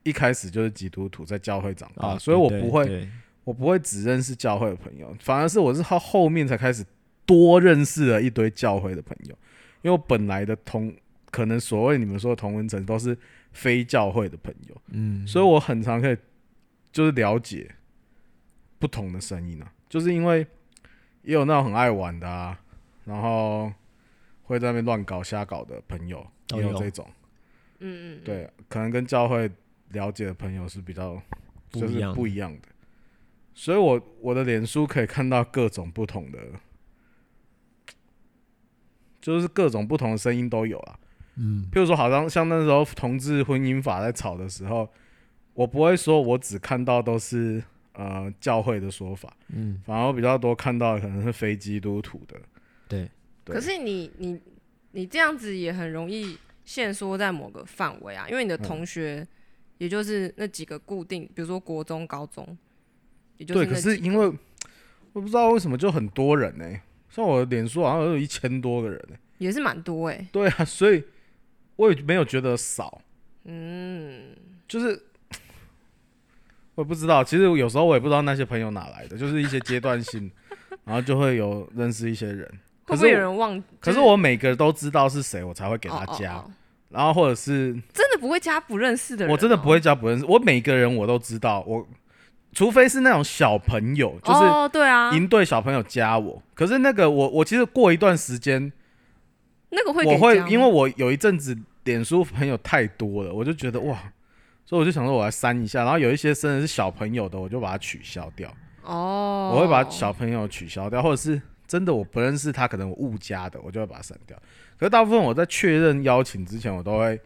Speaker 1: 一开始就是基督徒，在教会长大，
Speaker 3: 啊，
Speaker 1: 所以我
Speaker 3: 对
Speaker 1: 不会，
Speaker 3: 对
Speaker 1: 我不会只认识教会的朋友，反而是我是到后面才开始多认识了一堆教会的朋友，因为我本来的同可能所谓你们说的同文层都是非教会的朋友，
Speaker 3: 嗯，
Speaker 1: 所以我很常可以就是了解不同的声音啊，就是因为也有那种很爱玩的啊，然后会在那边乱搞瞎搞的朋友，
Speaker 3: 哦
Speaker 1: 也有
Speaker 3: 有
Speaker 1: 这种。
Speaker 2: 嗯嗯，嗯，
Speaker 1: 对，可能跟教会了解的朋友是比较
Speaker 3: 不
Speaker 1: 就
Speaker 3: 一
Speaker 1: 是
Speaker 3: 样
Speaker 1: 不一样的，所以我我的脸书可以看到各种不同的，就是各种不同的声音都有啊。
Speaker 3: 嗯，
Speaker 1: 譬如说，好像像那时候同志婚姻法在吵的时候，我不会说我只看到都是呃教会的说法，
Speaker 3: 嗯，
Speaker 1: 反而我比较多看到的可能是非基督徒的。
Speaker 3: 对，
Speaker 1: 对
Speaker 2: 可是你你你这样子也很容易限缩在某个范围啊，因为你的同学也就是那几个固定，比如说国中、高中，也就是
Speaker 1: 对，
Speaker 2: 那
Speaker 1: 可是
Speaker 2: 几
Speaker 1: 因为我不知道为什么就很多人呢、像我的脸书好像有一千多个人呢、
Speaker 2: 也是蛮多哎、
Speaker 1: 对啊，所以我也没有觉得少，
Speaker 2: 嗯，
Speaker 1: 就是我也不知道。其实有时候我也不知道那些朋友哪来的，就是一些阶段性，然后就会有认识一些人。可
Speaker 2: 会不
Speaker 1: 是
Speaker 2: 会有
Speaker 1: 我
Speaker 2: 人忘？
Speaker 1: 可
Speaker 2: 就是
Speaker 1: 我每个都知道是谁，我才会给他
Speaker 2: 哦哦
Speaker 1: 加。
Speaker 2: 哦
Speaker 1: 然后或者是
Speaker 2: 真的不会加不认识的人、哦
Speaker 1: 我真的不会。加不认识，我每个人我都知道，我除非是那种小朋友，就是
Speaker 2: 哦，对啊，
Speaker 1: 营队小朋友加我。可是那个我我其实过一段时间，
Speaker 2: 那个会给
Speaker 1: 我会
Speaker 2: 加吗
Speaker 1: 因为我有一阵子脸书朋友太多了，我就觉得哇，所以我就想说我来删一下。然后有一些真的是小朋友的，我就把它取消掉。
Speaker 2: 哦，
Speaker 1: 我会把小朋友取消掉，或者是真的我不认识他，可能我误加的，我就会把它删掉。可是大部分我在确认邀请之前，我都会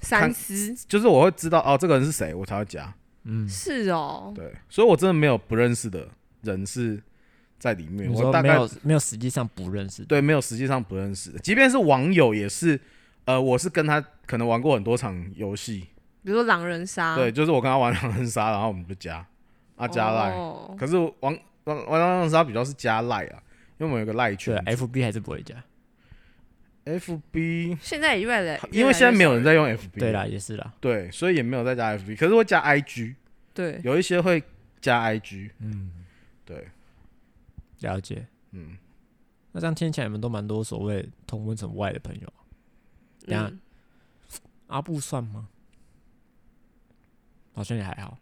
Speaker 2: 三思
Speaker 1: 就是我会知道哦这个人是谁，我才会加。
Speaker 3: 嗯，
Speaker 2: 是哦，
Speaker 1: 对，所以我真的没有不认识的人是在里面，
Speaker 3: 你
Speaker 1: 我
Speaker 3: 说
Speaker 1: 大
Speaker 3: 没
Speaker 1: 概
Speaker 3: 有没有实际上不认识的，
Speaker 1: 对没有实际上不认识的，即便是网友也是，呃，我是跟他可能玩过很多场游戏，
Speaker 2: 比如说狼人杀，
Speaker 1: 对，就是我跟他玩狼人杀，然后我们就加啊
Speaker 2: 哦，
Speaker 1: 加赖、
Speaker 2: 哦，
Speaker 1: 可是玩玩玩狼人杀比较是加赖啊，因为我们有个赖群
Speaker 3: 对，FB 还是不会加，
Speaker 1: FB，
Speaker 2: 现在也越来越
Speaker 1: 因为现在没有人
Speaker 2: 在
Speaker 1: 在用 FB，
Speaker 3: 对啦，也是啦，
Speaker 1: 对，所以也没有再加 FB，可是会加 IG，
Speaker 2: 对，
Speaker 1: 有一些会加 IG，
Speaker 3: 嗯，
Speaker 1: 对，
Speaker 3: 了解。
Speaker 1: 嗯，
Speaker 3: 那这样听起来你们都蛮多所谓同温层外的朋友，等下
Speaker 2: 嗯，
Speaker 3: 阿布算吗？好像也还好，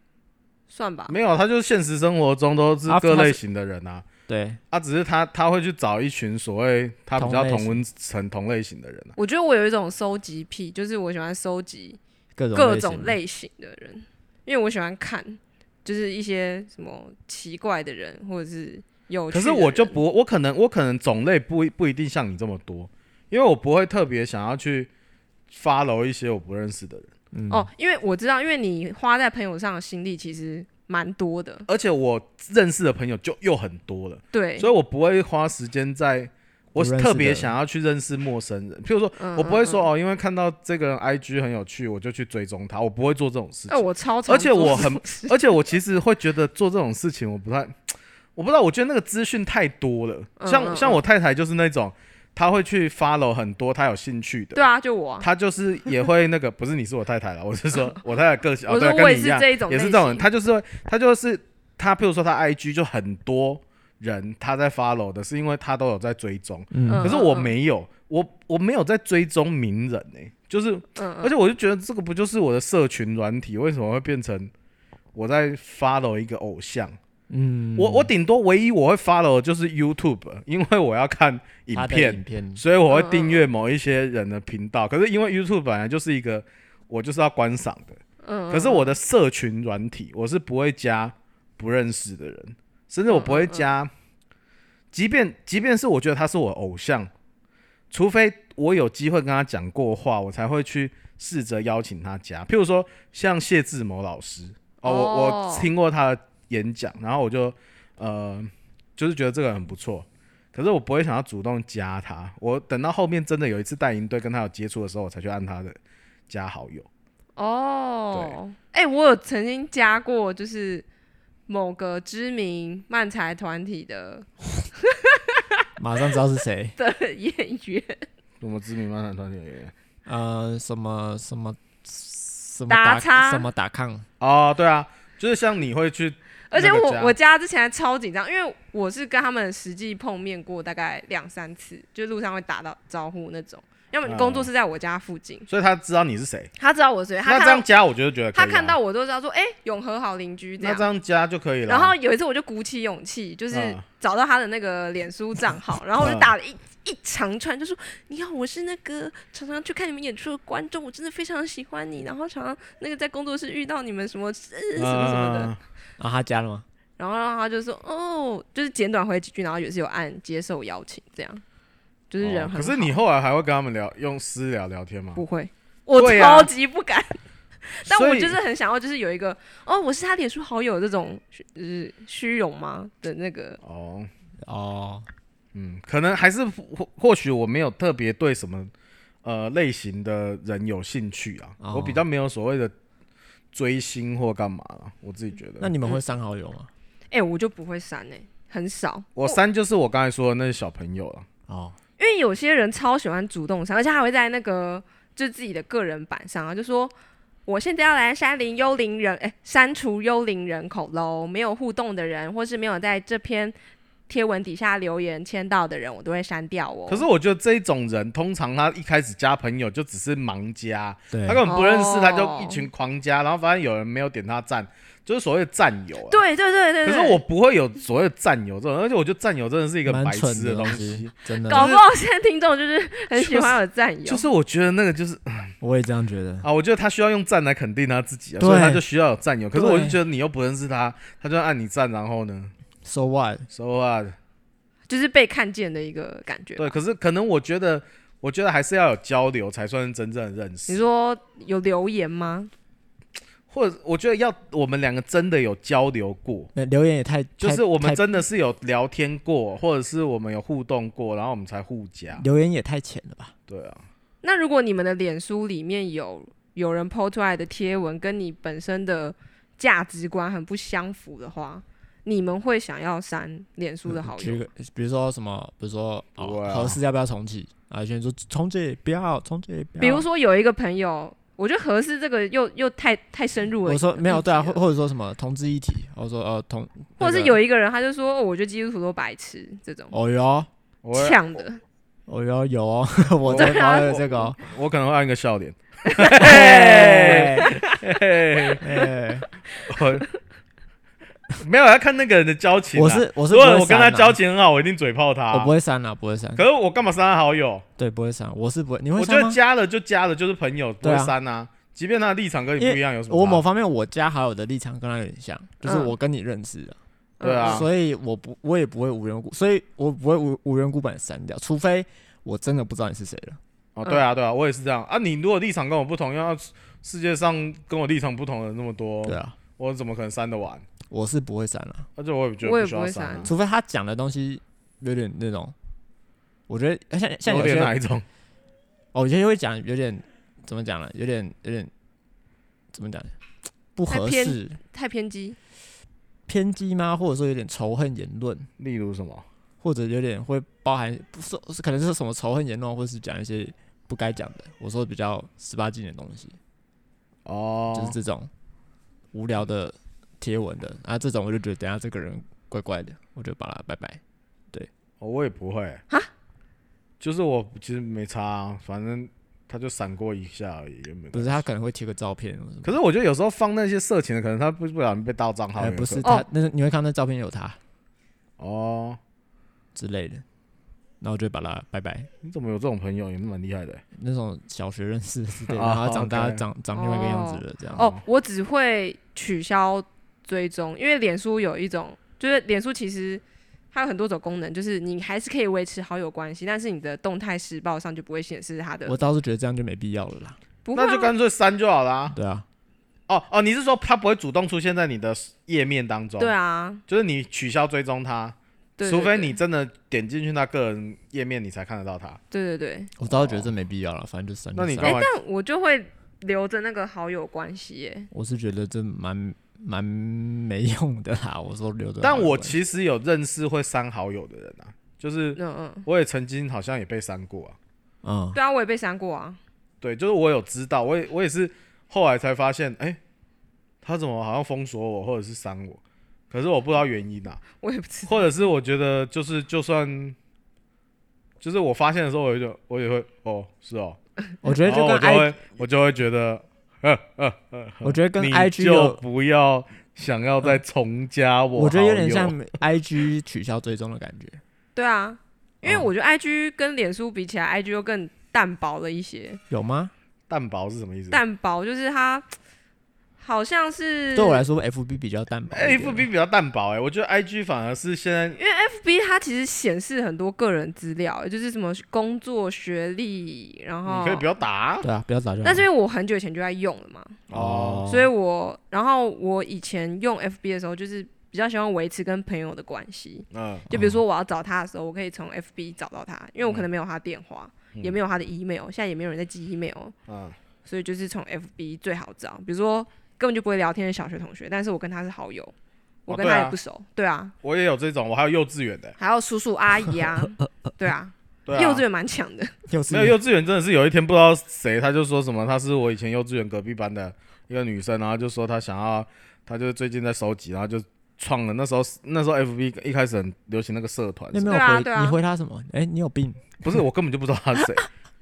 Speaker 2: 算吧，
Speaker 1: 没有，他就是现实生活中都是
Speaker 3: 啊
Speaker 1: 各
Speaker 3: 他
Speaker 1: 类
Speaker 3: 是
Speaker 1: 型的人啊。
Speaker 3: 对，
Speaker 1: 他、只是他他会去找一群所谓他比较
Speaker 3: 同类型
Speaker 1: 同温层同类型的人啊。
Speaker 2: 我觉得我有一种收集癖，就是我喜欢收集
Speaker 3: 各种
Speaker 2: 各
Speaker 3: 类
Speaker 2: 种
Speaker 3: 型
Speaker 2: 类型的人，因为我喜欢看，就是一些什么奇怪的人或者是有趣
Speaker 1: 可
Speaker 2: 的
Speaker 1: 是
Speaker 2: 人，
Speaker 1: 我就不，我可能我可能种类不不一定像你这么多，因为我不会特别想要去 follow 一些我不认识的人，
Speaker 3: 嗯
Speaker 2: 哦，因为我知道，因为你花在朋友上的心力其实蛮多的，
Speaker 1: 而且我认识的朋友就又很多了，
Speaker 2: 对，
Speaker 1: 所以我不会花时间在。我
Speaker 3: 不认识
Speaker 1: 特别
Speaker 3: 的
Speaker 1: 想要去认识陌生人，譬如说，
Speaker 2: 嗯
Speaker 1: 我不会说哦，因为看到这个人 IG 很有趣，我就去追踪他，我不会做这种事情。
Speaker 2: 哎，我超常
Speaker 1: 而且我
Speaker 2: 做这
Speaker 1: 很
Speaker 2: 种事
Speaker 1: 而且我其实会觉得做这种事情，我不太，我不知道，我觉得那个资讯太多了。
Speaker 2: 嗯
Speaker 1: 像、
Speaker 2: 嗯
Speaker 1: 像我太太就是那种，她会去 follow 很多她有兴趣的，
Speaker 2: 对啊，就我啊，
Speaker 1: 她就是也会那个，不是你是我太太了， <laughs> 我是说我太太个性，哦
Speaker 2: 我
Speaker 1: 对
Speaker 2: 说
Speaker 1: 啊，
Speaker 2: 我也
Speaker 1: 跟你一
Speaker 2: 是
Speaker 1: 样，
Speaker 2: 这一种
Speaker 1: 也
Speaker 2: 类
Speaker 1: 是
Speaker 2: 型，
Speaker 1: 这种人，她就是会，她就是她，譬如说她 IG 就很多人她在 follow 的，是因为她都有在追踪，
Speaker 2: 嗯
Speaker 1: 可是我没有，我我没有在追踪名人呢、就是
Speaker 2: 嗯，
Speaker 1: 而且我就觉得这个不就是我的社群软体，为什么会变成我在 follow 一个偶像？
Speaker 3: 嗯，
Speaker 1: 我我顶多唯一我会 follow 的就是 YouTube，因为我要看影
Speaker 3: 他的
Speaker 1: 片，
Speaker 3: 影
Speaker 2: 嗯
Speaker 3: 片，
Speaker 1: 所以我会订阅某一些人的频道。可是因为 YouTube 本来就是一个我就是要观赏的，
Speaker 2: 嗯，嗯
Speaker 1: 可是我的社群软体我是不会加不认识的人，甚至我
Speaker 2: 嗯
Speaker 1: 不会
Speaker 2: 嗯嗯
Speaker 1: 加，即便即便是我觉得他是我偶像，除非我有机会跟他讲过话，我才会去试着邀请他加。譬如说像谢志摩老师，哦，我
Speaker 2: 哦
Speaker 1: 我听过他的演讲，然后我就呃，就是觉得这个人很不错。可是我不会想要主动加他，我等到后面真的有一次带营队跟他有接触的时候，我才去按他的加好友。
Speaker 2: 哦，哎、我有曾经加过，就是某个知名漫才团体的。
Speaker 3: 马上知道是谁
Speaker 2: 的演员，
Speaker 1: 什么知名漫展团体演员？
Speaker 3: 呃，什么什么什么
Speaker 2: 打叉
Speaker 3: 什么打抗，
Speaker 1: 哦，对啊，就是像你会去
Speaker 2: 而且
Speaker 1: 那个
Speaker 2: 我
Speaker 1: 加
Speaker 2: 我加之前还超紧张，因为我是跟他们实际碰面过大概两三次，就路上会打到招呼那种。要么
Speaker 1: 嗯
Speaker 2: 工作是在我家附近，
Speaker 1: 所以他知道你是谁。
Speaker 2: 他知道我是谁，他
Speaker 1: 那这
Speaker 2: 看
Speaker 1: 样
Speaker 2: 到
Speaker 1: 加，我就觉得可以、啊
Speaker 2: 他看到，我都知道说，哎、永和好邻居这
Speaker 1: 那
Speaker 2: 样
Speaker 1: 这。样加就可以了。
Speaker 2: 然后有一次我就鼓起勇气，就是
Speaker 1: 嗯
Speaker 2: 找到他的那个脸书账
Speaker 1: <laughs>
Speaker 2: 号，然后我就
Speaker 1: 嗯
Speaker 2: 打了一一长串，就说：“你好，我是那个常常去看你们演出的观众，我真的非常喜欢你，然后常常那个在工作室遇到你们什么呃什么什么的。
Speaker 1: 嗯
Speaker 3: 然啊后他加了吗？
Speaker 2: 然后他就说：“哦，就是简短回几句，然后也是有按接受邀请，这样就是人
Speaker 1: 哦
Speaker 2: 很好、
Speaker 1: 可是你后来还会跟他们聊，用私聊聊天吗？
Speaker 2: 不会，我
Speaker 1: 对啊
Speaker 2: 超级不敢。 <laughs> 但
Speaker 1: 所
Speaker 2: 我
Speaker 1: 以
Speaker 2: 就是很想要，就是有一个哦，我是他脸书好友这种虚就是虚荣吗的那个
Speaker 1: 哦，
Speaker 3: 哦，
Speaker 1: 嗯，可能还是或或许我没有特别对什么呃类型的人有兴趣啊，
Speaker 3: 哦
Speaker 1: 我比较没有所谓的追星或干嘛了，我自己觉得。
Speaker 3: 那你们会删好友吗？
Speaker 2: 哎、我就不会删哎、很少。
Speaker 1: 我删就是我刚才说的那些小朋友了。
Speaker 3: 哦，
Speaker 2: 因为有些人超喜欢主动删，而且他还会在那个就自己的个人版上啊，就说我现在要来删零幽灵人，哎、删除幽灵人口喽，没有互动的人，或是没有在这篇贴文底下留言签到的人，我都会删掉哦。
Speaker 1: 可是我觉得这种人，通常他一开始加朋友就只是盲加，
Speaker 3: 对
Speaker 1: 他，根本不认识，他
Speaker 2: 哦
Speaker 1: 就一群狂加，然后发现有人没有点他赞，就是所谓的战友、啊。。
Speaker 2: 对对对对
Speaker 1: 可
Speaker 2: 对，
Speaker 1: 是我不会有所谓的战友这种，而且我觉得战友真的是一个
Speaker 3: 蛮
Speaker 1: 白
Speaker 3: 蠢
Speaker 1: 痴
Speaker 3: 的
Speaker 1: 东
Speaker 3: 西
Speaker 1: 西。，
Speaker 3: 真的，
Speaker 2: 搞不好现在听众就是很喜欢有战友，
Speaker 3: 啊
Speaker 1: 就是我觉得那个就是
Speaker 3: 我也这样觉得。
Speaker 1: 啊，我觉得他需要用赞来肯定他自己、啊，
Speaker 3: 对
Speaker 1: 所以他就需要有战友。可是
Speaker 3: 对
Speaker 1: 我就觉得你又不认识他，他就按你赞，然后呢
Speaker 3: So what？
Speaker 1: ，so what？
Speaker 2: 就是被看见的一个感觉吧。
Speaker 1: 对，可是可能我觉得，我觉得还是要有交流才算是真正的认识。
Speaker 2: 你说有留言吗？
Speaker 1: 或者我觉得要我们两个真的有交流过，
Speaker 3: 那留言也太
Speaker 1: 就是
Speaker 3: 太
Speaker 1: 我们
Speaker 3: 太
Speaker 1: 真的是有聊天过，或者是我们有互动过，然后我们才互加。
Speaker 3: 留言也太浅了吧？
Speaker 1: 对啊，
Speaker 2: 那如果你们的脸书里面有有人 PO 出来的贴文跟你本身的价值观很不相符的话，你们会想要删脸书的好
Speaker 3: 举
Speaker 2: 友？
Speaker 3: 个，比如说什么，比如说
Speaker 1: 不会
Speaker 3: 哦，
Speaker 1: 啊
Speaker 3: 合适要不要重启？啊，有些人说重启不要，重启不要。
Speaker 2: 比如说有一个朋友，我觉得合适这个又又太太深入了。
Speaker 3: 我说没有，对啊，或
Speaker 2: 或
Speaker 3: 或者说什么同志一体，我说呃同，
Speaker 2: 欸或者
Speaker 3: 那
Speaker 2: 是
Speaker 3: 个
Speaker 2: 有一个人他就说，哦、我觉得基督徒都白痴这种
Speaker 3: 哦哟
Speaker 1: 我会
Speaker 2: 呛的，
Speaker 3: 哦哟有哦， <laughs> 我
Speaker 1: 我
Speaker 3: 这
Speaker 2: 对啊
Speaker 3: 发了这个哦，
Speaker 1: 我可能会按一个笑脸。
Speaker 3: 嘿
Speaker 1: 嘿
Speaker 3: 嘿
Speaker 1: 我 <laughs> 没有要看那个人的交情、啊。
Speaker 3: 我是我是
Speaker 1: 如
Speaker 3: 不
Speaker 1: 果
Speaker 3: 会
Speaker 1: 我跟
Speaker 3: 删
Speaker 1: 他
Speaker 3: 啦
Speaker 1: 交，情很好，我一定嘴炮他、
Speaker 3: 我不会删啦，不会删，
Speaker 1: 可是我干嘛删他好友？
Speaker 3: 对，不会删，我是不会，你会
Speaker 1: 我觉
Speaker 3: 删
Speaker 1: 得
Speaker 3: 吗？
Speaker 1: 加了就加了，就是朋友，不
Speaker 3: 对啊
Speaker 1: 会删啊。即便他的立场跟你不一样，有什么差？
Speaker 3: 我某方面我加好友的立场跟他有点像，就是
Speaker 2: 嗯
Speaker 3: 我跟你认识的，
Speaker 2: 嗯
Speaker 1: 对啊
Speaker 3: 所以我不我也不会无缘无故，所以我不会无无缘无故把你删掉，除非我真的不知道你是谁了。
Speaker 1: 哦，对啊，对啊，我也是这样啊。你如果立场跟我不同，要世界上跟我立场不同的人那么多，
Speaker 3: 对啊，
Speaker 1: 我怎么可能删得完？
Speaker 3: 我是不会删啦，
Speaker 1: 而且我也觉
Speaker 2: 我
Speaker 1: 得
Speaker 2: 也
Speaker 1: 不需要
Speaker 2: 不会
Speaker 1: 删、啊
Speaker 2: 删。
Speaker 3: 除非他讲的东西有点那种，我觉得像像
Speaker 1: 有
Speaker 3: 些
Speaker 1: 点哪一种？
Speaker 3: 哦，有些会讲有点怎么讲呢？有点有点怎么讲？不
Speaker 2: 太
Speaker 3: 合
Speaker 2: 偏
Speaker 3: 适、
Speaker 2: 太偏激。
Speaker 3: 偏激吗？或者说有点仇恨言论，
Speaker 1: 例如什么？
Speaker 3: 或者有点会包含不是是可能是什么仇恨言论，或是讲一些不该讲的。我说比较十八禁的东西，就是
Speaker 1: 哦，
Speaker 3: 这种无聊的贴文的啊，这种我就觉得等一下这个人怪怪的，我就把他拜拜。
Speaker 1: 哦我也不会、就是我其实没差、啊，反正他就闪过一下而已，也没
Speaker 3: 不是他可能会贴个照片或什么，
Speaker 1: 可是我觉得有时候放那些色情的，可能他不不小心被盗账号、
Speaker 3: 哎、不是
Speaker 2: 哦
Speaker 3: 他，那是你会看到那照片有他
Speaker 1: 哦，
Speaker 3: 之类的，那我就把他拜拜。
Speaker 1: 你怎么有这种朋友？也蛮厉害的、
Speaker 3: 那种小学认识之类的，
Speaker 1: 哦
Speaker 3: 然后长大
Speaker 1: OK
Speaker 3: 长长另
Speaker 1: 哦
Speaker 2: 哦
Speaker 3: 外一个样子了，这样。
Speaker 2: 哦，我只会取消追踪，因为脸书有一种就是脸书其实它有很多种功能，就是你还是可以维持好友关系，但是你的动态时报上就不会显示它的
Speaker 3: 我。倒是觉得这样就没必要了啦。
Speaker 2: 不会啊、
Speaker 1: 那就干脆删就好啦。
Speaker 3: 对啊，
Speaker 1: 哦哦，你是说它不会主动出现在你的页面当中？
Speaker 2: 对，啊，
Speaker 1: 就是你取消追踪它，
Speaker 2: 对
Speaker 1: 除非
Speaker 2: 对
Speaker 1: 你真的点进去那个人页面，你才看得到它。
Speaker 3: 嗯
Speaker 2: 对对对，
Speaker 3: 我倒是觉得这没必要了，反正就删啊就
Speaker 1: 那你
Speaker 3: 删
Speaker 1: 干嘛？
Speaker 2: 哎但我就会留着那个好友关系耶。
Speaker 3: 我是觉得这蛮蛮没用的啦， <laughs> 我说留着好
Speaker 1: 但
Speaker 3: 玩。
Speaker 1: 我其实有认识会删好友的人啊，就是
Speaker 2: 嗯嗯，
Speaker 1: 我也曾经好像也被删过啊。
Speaker 3: 嗯，
Speaker 2: 对啊，我也被删过啊。
Speaker 1: 对，就是我有知道，我也我也是后来才发现，哎、他怎么好像封锁我或者是删我，可是我不知道原因啊，
Speaker 2: 我也不知道，
Speaker 1: 或者是我觉得就是就算。就是我发现的时候，我就我也会哦，是哦，
Speaker 3: 我觉
Speaker 1: 然
Speaker 3: 得
Speaker 1: 后
Speaker 3: 就
Speaker 1: 我
Speaker 3: 跟
Speaker 1: 就
Speaker 3: I，
Speaker 1: 会我就会觉得
Speaker 3: 我觉得跟
Speaker 1: 你
Speaker 3: IG
Speaker 1: 就
Speaker 3: 有，嗯
Speaker 1: 不要想要再重加我好友，
Speaker 3: 我觉得有点像 IG 取消追踪的感觉。
Speaker 2: 对啊，因为
Speaker 1: 哦
Speaker 3: 嗯
Speaker 2: 我觉得 I G 跟脸书比起来，I G 又更淡薄了一些。
Speaker 3: 有吗？
Speaker 1: 蛋薄是什么意思？
Speaker 2: 淡薄就是它好像是
Speaker 3: 对我来说，FB 比较淡薄一点。
Speaker 1: F B 比较淡薄哎、我觉得 I G 反而是现在
Speaker 2: 因为 FB 它其实显示很多个人资料，就是什么工作、学历，然后
Speaker 1: 你可以不要打啊、
Speaker 3: 对啊，不要打就好。
Speaker 2: 但是因为我很久以前就在用了嘛，
Speaker 1: 哦
Speaker 2: 所以我然后我以前用 FB 的时候，就是比较喜欢维持跟朋友的关系。
Speaker 1: 嗯，
Speaker 2: 就比如说我要找他的时候，我可以从 FB 找到他，因为我可能没有他电话，
Speaker 1: 嗯
Speaker 2: 也没有他的 email，现在也没有人在寄 email，
Speaker 1: 嗯
Speaker 2: 所以就是从 FB 最好找。比如说根本就不会聊天的小学同学，但是我跟他是好友，我跟
Speaker 1: 对
Speaker 2: 他
Speaker 1: 啊
Speaker 2: 也不熟，对啊，
Speaker 1: 我也有这种，我还有幼稚园的、
Speaker 2: 还有叔叔阿姨啊，对啊，
Speaker 1: 对啊，
Speaker 2: 幼稚园蛮强的，
Speaker 3: 又是
Speaker 1: 没有幼稚园真的是有一天不知道谁，他就说什么他是我以前幼稚园隔壁班的一个女生，然后就说她想要，她就最近在收集，然后就创了那时候那时候 F B 一开始很流行那个社团
Speaker 3: 那，没有
Speaker 2: 对啊
Speaker 3: 回
Speaker 2: 对啊
Speaker 3: 你回他什么？哎，你有病？
Speaker 1: 不是我根本就不知道她是谁。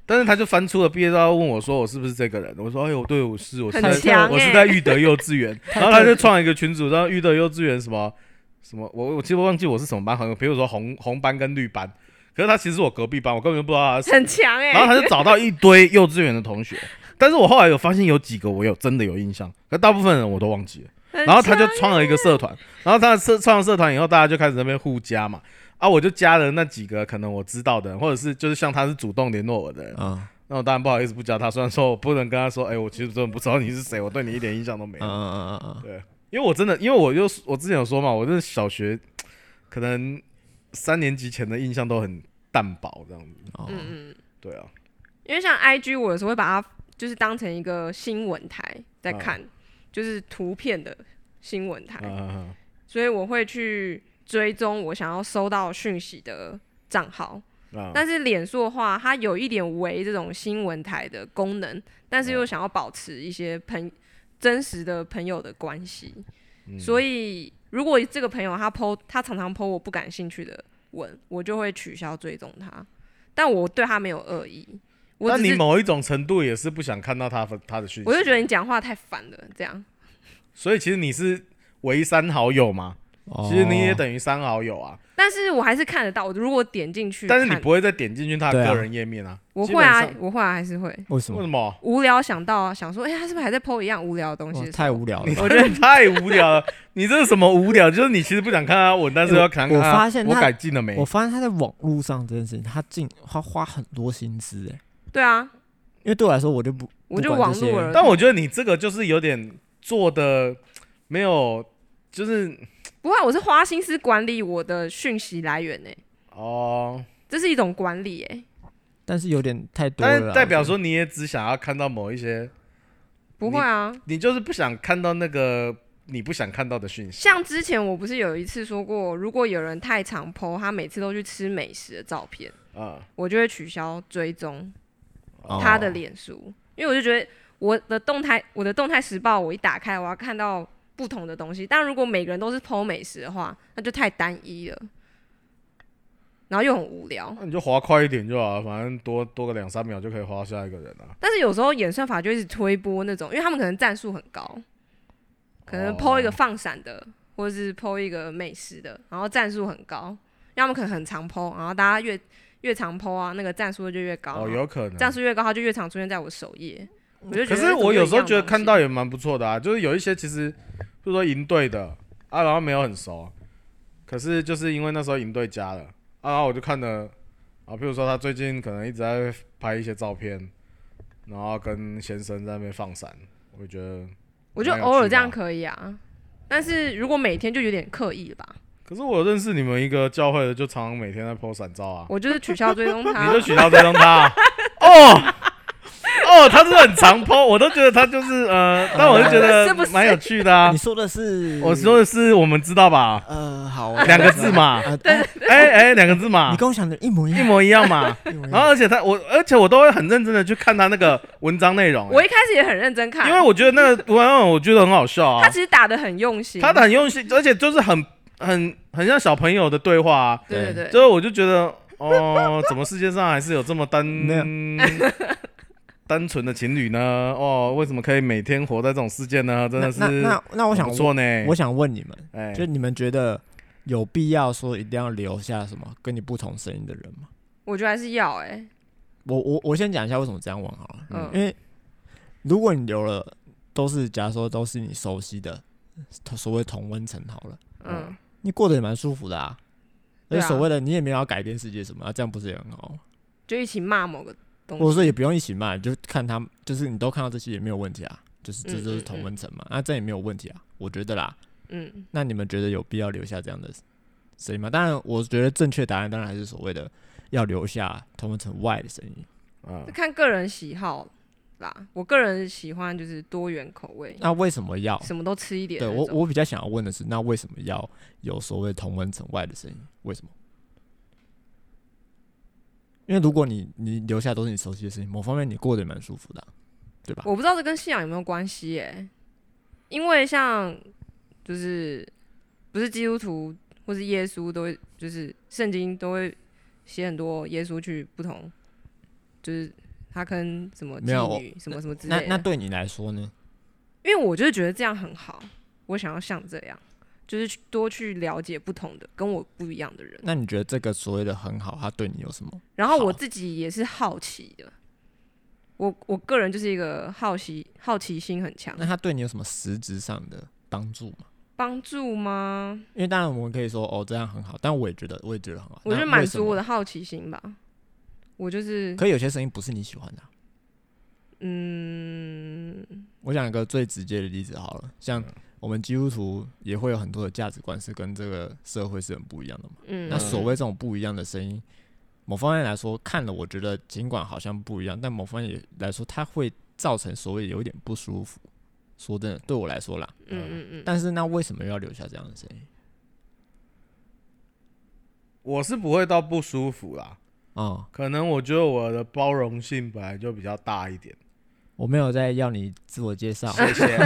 Speaker 1: 但是他就翻出了毕业照，问我说我是不是这个人？我说哎呦，对，我是，我是
Speaker 2: 很
Speaker 1: 在
Speaker 2: 强
Speaker 1: 我是
Speaker 2: 欸
Speaker 1: 在育德幼稚园，然后他就创一个群组，然后育德幼稚园什么什么，我我其实忘记我是什么班，好像比如说红红班跟绿班，可是他其实是我隔壁班，我根本就不知道他是谁。
Speaker 2: 很强哎、
Speaker 1: 然后他就找到一堆幼稚园的同学，但是我后来有发现有几个我有真的有印象，可大部分人我都忘记了。
Speaker 2: 很
Speaker 1: 然后他就
Speaker 2: 强
Speaker 1: 创了一个社团，然后他的社创了社团以后，大家就开始在那边互加嘛。啊，我就加了那几个可能我知道的人，或者是就是像他是主动联络我的人，
Speaker 3: 嗯
Speaker 1: 那我当然不好意思不加他。虽然说我不能跟他说，哎、我其实真的不知道你是谁，我对你一点印象都没
Speaker 3: 嗯
Speaker 1: 有。
Speaker 3: 嗯嗯嗯
Speaker 1: 对，因为我真的，因为我就我之前有说嘛，我就是小学可能三年级前的印象都很淡薄这样子。
Speaker 3: 嗯
Speaker 2: 嗯
Speaker 3: 嗯，
Speaker 2: 嗯。
Speaker 1: 对啊，
Speaker 2: 因为像 IG，我有时候会把它就是当成一个新闻台在看，
Speaker 1: 啊
Speaker 2: 就是图片的新闻台，
Speaker 1: 嗯嗯嗯
Speaker 2: 所以我会去追踪我想要收到讯息的账号。
Speaker 1: 嗯
Speaker 2: 但是脸书的话，它有一点为这种新闻台的功能，但是
Speaker 1: 嗯
Speaker 2: 又想要保持一些朋真实的朋友的关系，
Speaker 1: 嗯
Speaker 2: 所以如果这个朋友他 PO 他常常 PO 我不感兴趣的文，我就会取消追踪他，但我对他没有恶意。我
Speaker 1: 但
Speaker 2: 只
Speaker 1: 你
Speaker 2: 是
Speaker 1: 某一种程度也是不想看到他的他的讯息，
Speaker 2: 我就觉得你讲话太烦了，这样
Speaker 1: 所以其实你是为删好友嘛，
Speaker 3: 哦
Speaker 1: 其实你也等于删好友啊，
Speaker 2: 但是我还是看得到，我如果点进去看，
Speaker 1: 但是你不会再点进去他
Speaker 3: 对
Speaker 1: 的
Speaker 3: 啊
Speaker 1: 个人页面啊，
Speaker 2: 我
Speaker 1: 基
Speaker 2: 会
Speaker 1: 本
Speaker 2: 啊
Speaker 1: 上，
Speaker 2: 我会啊，还是会
Speaker 3: 为什
Speaker 1: 为
Speaker 3: 么？
Speaker 1: 什么？
Speaker 2: 无聊想到啊，想说，哎、他是不是还在 PO 一样无聊的东西
Speaker 3: 哇
Speaker 1: 哦
Speaker 2: 的时候？
Speaker 3: 太无聊了
Speaker 1: 你。真的 <laughs> 太无聊了，你这是什么无聊？就是你其实不想看他文，但是
Speaker 3: 欸我
Speaker 1: 要看看
Speaker 3: 我
Speaker 1: 他
Speaker 3: 发现
Speaker 1: 我
Speaker 3: 他
Speaker 1: 改进了没
Speaker 3: 我？发现他在网络上这件事情，他进他花很多心思哎，
Speaker 2: 对啊，
Speaker 3: 因为对我来说，我就不
Speaker 2: 我就
Speaker 3: 不管这些
Speaker 2: 网络了
Speaker 1: 但我觉得你这个就是有点做的没有，就是
Speaker 2: 不啊过我是花心思管理我的讯息来源呢、
Speaker 1: 哦，
Speaker 2: 这是一种管理哎、
Speaker 3: 但是有点太多
Speaker 1: 但
Speaker 3: 了
Speaker 1: 是
Speaker 3: 啦。
Speaker 1: 代表
Speaker 3: 我觉得
Speaker 1: 说你也只想要看到某一些，
Speaker 2: 不会啊。
Speaker 1: 你就是不想看到那个你不想看到的讯息。
Speaker 2: 像之前我不是有一次说过，如果有人太常 PO 他每次都去吃美食的照片，
Speaker 1: 啊，
Speaker 2: 我就会取消追踪
Speaker 3: 哦
Speaker 2: 他的脸书，因为我就觉得我的动态，我的动态时报，我一打开我要看到不同的东西。但如果每个人都是剖美食的话，那就太单一了，然后又很无聊。
Speaker 1: 那你就滑快一点就好了，反正多多个两三秒就可以滑到下一个人了。
Speaker 2: 但是有时候演算法就一直推播那种，因为他们可能战术很高，可能
Speaker 1: 哦
Speaker 2: 剖一个放闪的，或者是剖一个美食的，然后战术很高，因为他们可能很常剖，然后大家越越常剖啊，那个战术就越高，
Speaker 1: 哦，有可能。
Speaker 2: 战术越高，它就越常出现在我首页。我就觉
Speaker 1: 可
Speaker 2: 得
Speaker 1: 是我有时候觉得看到
Speaker 2: 有。
Speaker 1: 也蛮不错的啊，就是有一些其实，比如说营队的啊，然后没有很熟，可是就是因为那时候营队加了啊，我就看了啊，譬如说他最近可能一直在拍一些照片，然后跟先生在那边放闪，我就觉得，
Speaker 2: 我觉得
Speaker 1: 蛮有
Speaker 2: 偶尔
Speaker 1: 趣
Speaker 2: 这
Speaker 1: 的啊
Speaker 2: 样可以啊，但是如果每天就有点刻意了吧。
Speaker 1: 可是我认识你们一个教会的，就常常每天在 po 闪照啊，
Speaker 2: 我就是取消追踪
Speaker 1: <laughs>
Speaker 2: 他
Speaker 1: 你就，取消追踪他
Speaker 2: <laughs>
Speaker 1: 啊、哦。哦，他是很常 po，我都觉得他就是呃，但我就觉得
Speaker 2: 是不是
Speaker 1: 蛮有趣的啊
Speaker 3: 你。说的是
Speaker 1: 我说的是我们知道吧，
Speaker 3: 呃，好啊，
Speaker 1: 两个字嘛，
Speaker 2: <laughs>
Speaker 3: 啊，对，
Speaker 1: 哎哎，两个字嘛
Speaker 3: 你，跟我嗯想的一模一
Speaker 1: 一
Speaker 3: 样，
Speaker 1: 模一样啊嘛。
Speaker 3: 一模一
Speaker 1: 然
Speaker 3: 样。
Speaker 1: 后而且他我，而且我都会很认真的去看他那个文章内容、
Speaker 2: 我
Speaker 1: 欸
Speaker 2: 一开始也很认真看，
Speaker 1: 因为我觉得那个文案我觉得很好笑
Speaker 2: 他
Speaker 1: 啊，
Speaker 2: 其实打的很用心，
Speaker 1: 他的很用心，而且就是很很很像小朋友的对话啊，
Speaker 2: 对
Speaker 3: 对
Speaker 2: 对对，
Speaker 1: 所以我就觉得哦，怎么世界上还是有这么
Speaker 3: <laughs>
Speaker 1: 单
Speaker 3: 没有
Speaker 1: <laughs> 单纯的情侣呢？哦，为什么可以每天活在这种世界呢？真
Speaker 3: 那
Speaker 1: 的
Speaker 3: 那
Speaker 1: 是
Speaker 3: 那那我想
Speaker 1: 不错呢，
Speaker 3: 我想问你们，
Speaker 1: 哎
Speaker 3: 就你们觉得有必要说一定要留下什么跟你不同声音的人吗？
Speaker 2: 我觉得还是要哎，
Speaker 3: 我我我先讲一下为什么这样问好了，
Speaker 2: 嗯
Speaker 3: 因为如果你留了都是，假如说都是你熟悉的，所谓同温层好了，
Speaker 2: 嗯，
Speaker 3: 你过得也蛮舒服的啊。而
Speaker 2: 对啊
Speaker 3: 且所谓的你也没有要改变世界什么，啊、这样不是也很好吗？
Speaker 2: 就一起骂某个东
Speaker 3: 或者
Speaker 2: 西，
Speaker 3: 说也不用一起骂，你就看他们，就是你都看到这些也没有问题啊，就是这
Speaker 2: 嗯
Speaker 3: 就是
Speaker 2: 嗯
Speaker 3: 同
Speaker 2: 嗯
Speaker 3: 温层嘛，那、这样也没有问题啊，我觉得啦。
Speaker 2: 嗯，
Speaker 3: 那你们觉得有必要留下这样的声音吗？当然，我觉得正确答案当然还是所谓的要留下同温层外的声音。
Speaker 1: 嗯
Speaker 3: 哦
Speaker 2: 就看个人喜好啦。我个人喜欢就是多元口味，
Speaker 3: 那为什么要？
Speaker 2: 什么都吃一点
Speaker 3: 哦对
Speaker 2: 那
Speaker 3: 我
Speaker 2: 种。
Speaker 3: 我比较想要问的是，那为什么要有所谓同温层外的声音？为什么？因为如果你你留下都是你熟悉的事情，某方面你过得也蛮舒服的啊、对吧？
Speaker 2: 我不知道这跟信仰有没有关系耶、因为像就是不是基督徒或是耶稣都会，就是圣经都会写很多耶稣去不同，就是他跟什么
Speaker 3: 没有
Speaker 2: 妓女什么什么之
Speaker 3: 那
Speaker 2: 类
Speaker 3: 那
Speaker 2: 的。
Speaker 3: 对你来说呢？
Speaker 2: 因为我就是觉得这样很好，我想要像这样，就是去多去了解不同的跟我不一样的人，
Speaker 3: 那你觉得这个所谓的很好，它对你有什么？
Speaker 2: 然后
Speaker 3: 好
Speaker 2: 我自己也是好奇的。我我个人就是一个好奇好奇心很强，
Speaker 3: 那它对你有什么实质上的帮助吗？
Speaker 2: 帮助吗？
Speaker 3: 因为当然我们可以说哦，这样很好，但我也觉得，我也觉得很好。
Speaker 2: 我觉得
Speaker 3: 那
Speaker 2: 满
Speaker 3: 为什
Speaker 2: 足
Speaker 3: 么
Speaker 2: 我的。好奇心吧。我就是
Speaker 3: 可有些声音不是你喜欢的啊、
Speaker 2: 嗯，
Speaker 3: 我讲一个最直接的例子好了，像
Speaker 1: 嗯
Speaker 3: 我们基督徒也会有很多的价值观是跟这个社会是很不一样的嘛。
Speaker 2: 嗯，
Speaker 3: 那所谓这种不一样的声音，某方面来说看了，我觉得尽管好像不一样，但某方面也来说，它会造成所谓有一点不舒服。说真的，对我来说啦，
Speaker 2: 嗯嗯嗯，
Speaker 3: 但是那为什么又要留下这样的声音
Speaker 1: 我是不会到不舒服啦，
Speaker 3: 啊、
Speaker 1: 可能我觉得我的包容性本来就比较大一点。
Speaker 3: 我没有在要你自我介绍，<laughs>
Speaker 1: 谢谢。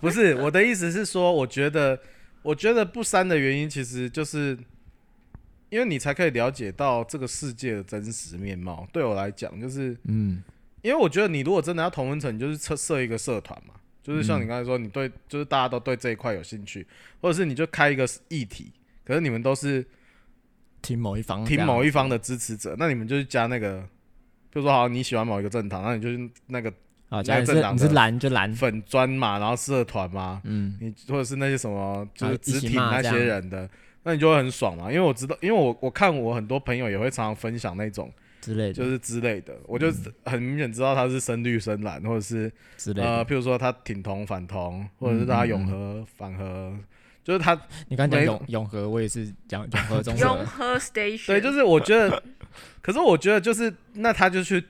Speaker 1: 不是我的意思是说，我觉得，我觉得不删的原因其实就是，因为你才可以了解到这个世界的真实面貌。对我来讲，就是
Speaker 3: 嗯，
Speaker 1: 因为我觉得你如果真的要同温层，你就是设设一个社团嘛，就是像
Speaker 3: 嗯
Speaker 1: 你刚才说，你对就是大家都对这一块有兴趣，或者是你就开一个议题，可是你们都是
Speaker 3: 听某一方，
Speaker 1: 挺某一
Speaker 3: 嗯
Speaker 1: 方的支持者，那你们就是加那个，比如说好你喜欢某一个政党，那你就是那个
Speaker 3: 啊，假如
Speaker 1: 那
Speaker 3: 是
Speaker 1: 正常
Speaker 3: 你
Speaker 1: 的
Speaker 3: 是蓝就蓝，
Speaker 1: 粉砖嘛，然后社团嘛，
Speaker 3: 嗯，
Speaker 1: 你或者是那些什么，就
Speaker 3: 啊
Speaker 1: 是
Speaker 3: 一
Speaker 1: 只
Speaker 3: 起
Speaker 1: 挺
Speaker 3: 骂
Speaker 1: 那
Speaker 3: 这
Speaker 1: 些
Speaker 3: 样
Speaker 1: 人的，那你就会很爽嘛。因为我知道，因为我我看我很多朋友也会常常分享那种，
Speaker 3: 之类的，
Speaker 1: 就是之类的，我就
Speaker 3: 嗯
Speaker 1: 很明显知道他是深绿深蓝，或者是
Speaker 3: 之类
Speaker 1: 呃，
Speaker 3: 的。
Speaker 1: 譬如说他挺同反同，或者是他永和反和，就是他
Speaker 3: 你刚刚
Speaker 1: 没
Speaker 3: 讲永永和，我也是讲永和中
Speaker 2: 融
Speaker 3: 和，
Speaker 2: 合 station，
Speaker 1: 对，就是我觉得， <laughs> 可是我觉得就是那他就去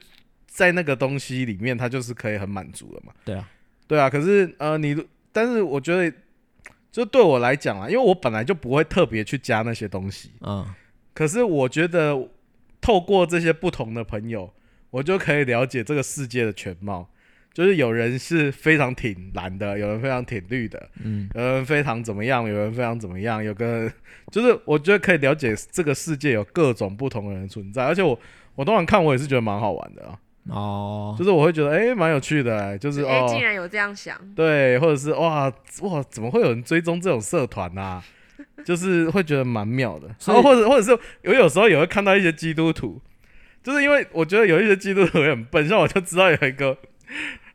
Speaker 1: 在那个东西里面，他就是可以很满足了嘛。
Speaker 3: 对啊，
Speaker 1: 对啊，可是呃，你如但是我觉得，就对我来讲啊，因为我本来就不会特别去加那些东西，
Speaker 3: 嗯，
Speaker 1: 可是我觉得透过这些不同的朋友，我就可以了解这个世界的全貌。就是有人是非常挺蓝的，有人非常挺绿的，
Speaker 3: 嗯，
Speaker 1: 有人非常怎么样，有人非常怎么样，有个就是我觉得可以了解这个世界有各种不同的人存在，而且我我当然看我也是觉得蛮好玩的啊，
Speaker 3: 哦
Speaker 1: 就，是我会觉得诶蛮、有趣的、欸，就是
Speaker 2: 哎、
Speaker 1: 哦
Speaker 2: 竟然有这样想，
Speaker 1: 对，或者是哇哇，怎么会有人追踪这种社团呐、就是会觉得蛮妙的。
Speaker 3: 所
Speaker 1: 然
Speaker 3: 以
Speaker 1: 后或者或者是我有时候也会看到一些基督徒，就是因为我觉得有一些基督徒也很笨，像我就知道有一个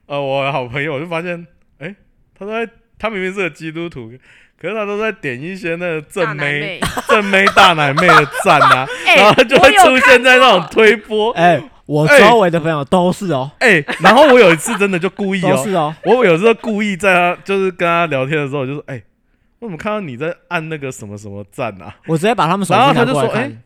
Speaker 1: 呃我的好朋友，我就发现哎、诶他都在他明明是个基督徒，可是他都在点一些那个
Speaker 2: 大
Speaker 1: 正
Speaker 2: 奶
Speaker 1: 妹、 <laughs>
Speaker 2: 妹，
Speaker 1: 正妹大奶妹的赞啊，
Speaker 2: <laughs> 哎
Speaker 1: 然后他就
Speaker 2: 我
Speaker 1: 会
Speaker 2: 有
Speaker 1: 出现在那种
Speaker 2: 看过
Speaker 1: 推波。
Speaker 3: 哎、我
Speaker 1: 哎
Speaker 3: 周围的朋友都是哦，
Speaker 1: 哎、然后我有一次真的就故意
Speaker 3: 都
Speaker 1: 哦，
Speaker 3: 是哦，
Speaker 1: <laughs> 我有时候故意在他就是跟他聊天的时候，我就说，哎、我怎么看到你在按那个什么什么赞啊？
Speaker 3: 我直接把他们手
Speaker 1: 然后
Speaker 3: 机
Speaker 1: 他
Speaker 3: 拿
Speaker 1: 就
Speaker 3: 过来
Speaker 1: 说
Speaker 3: 看，
Speaker 1: 哎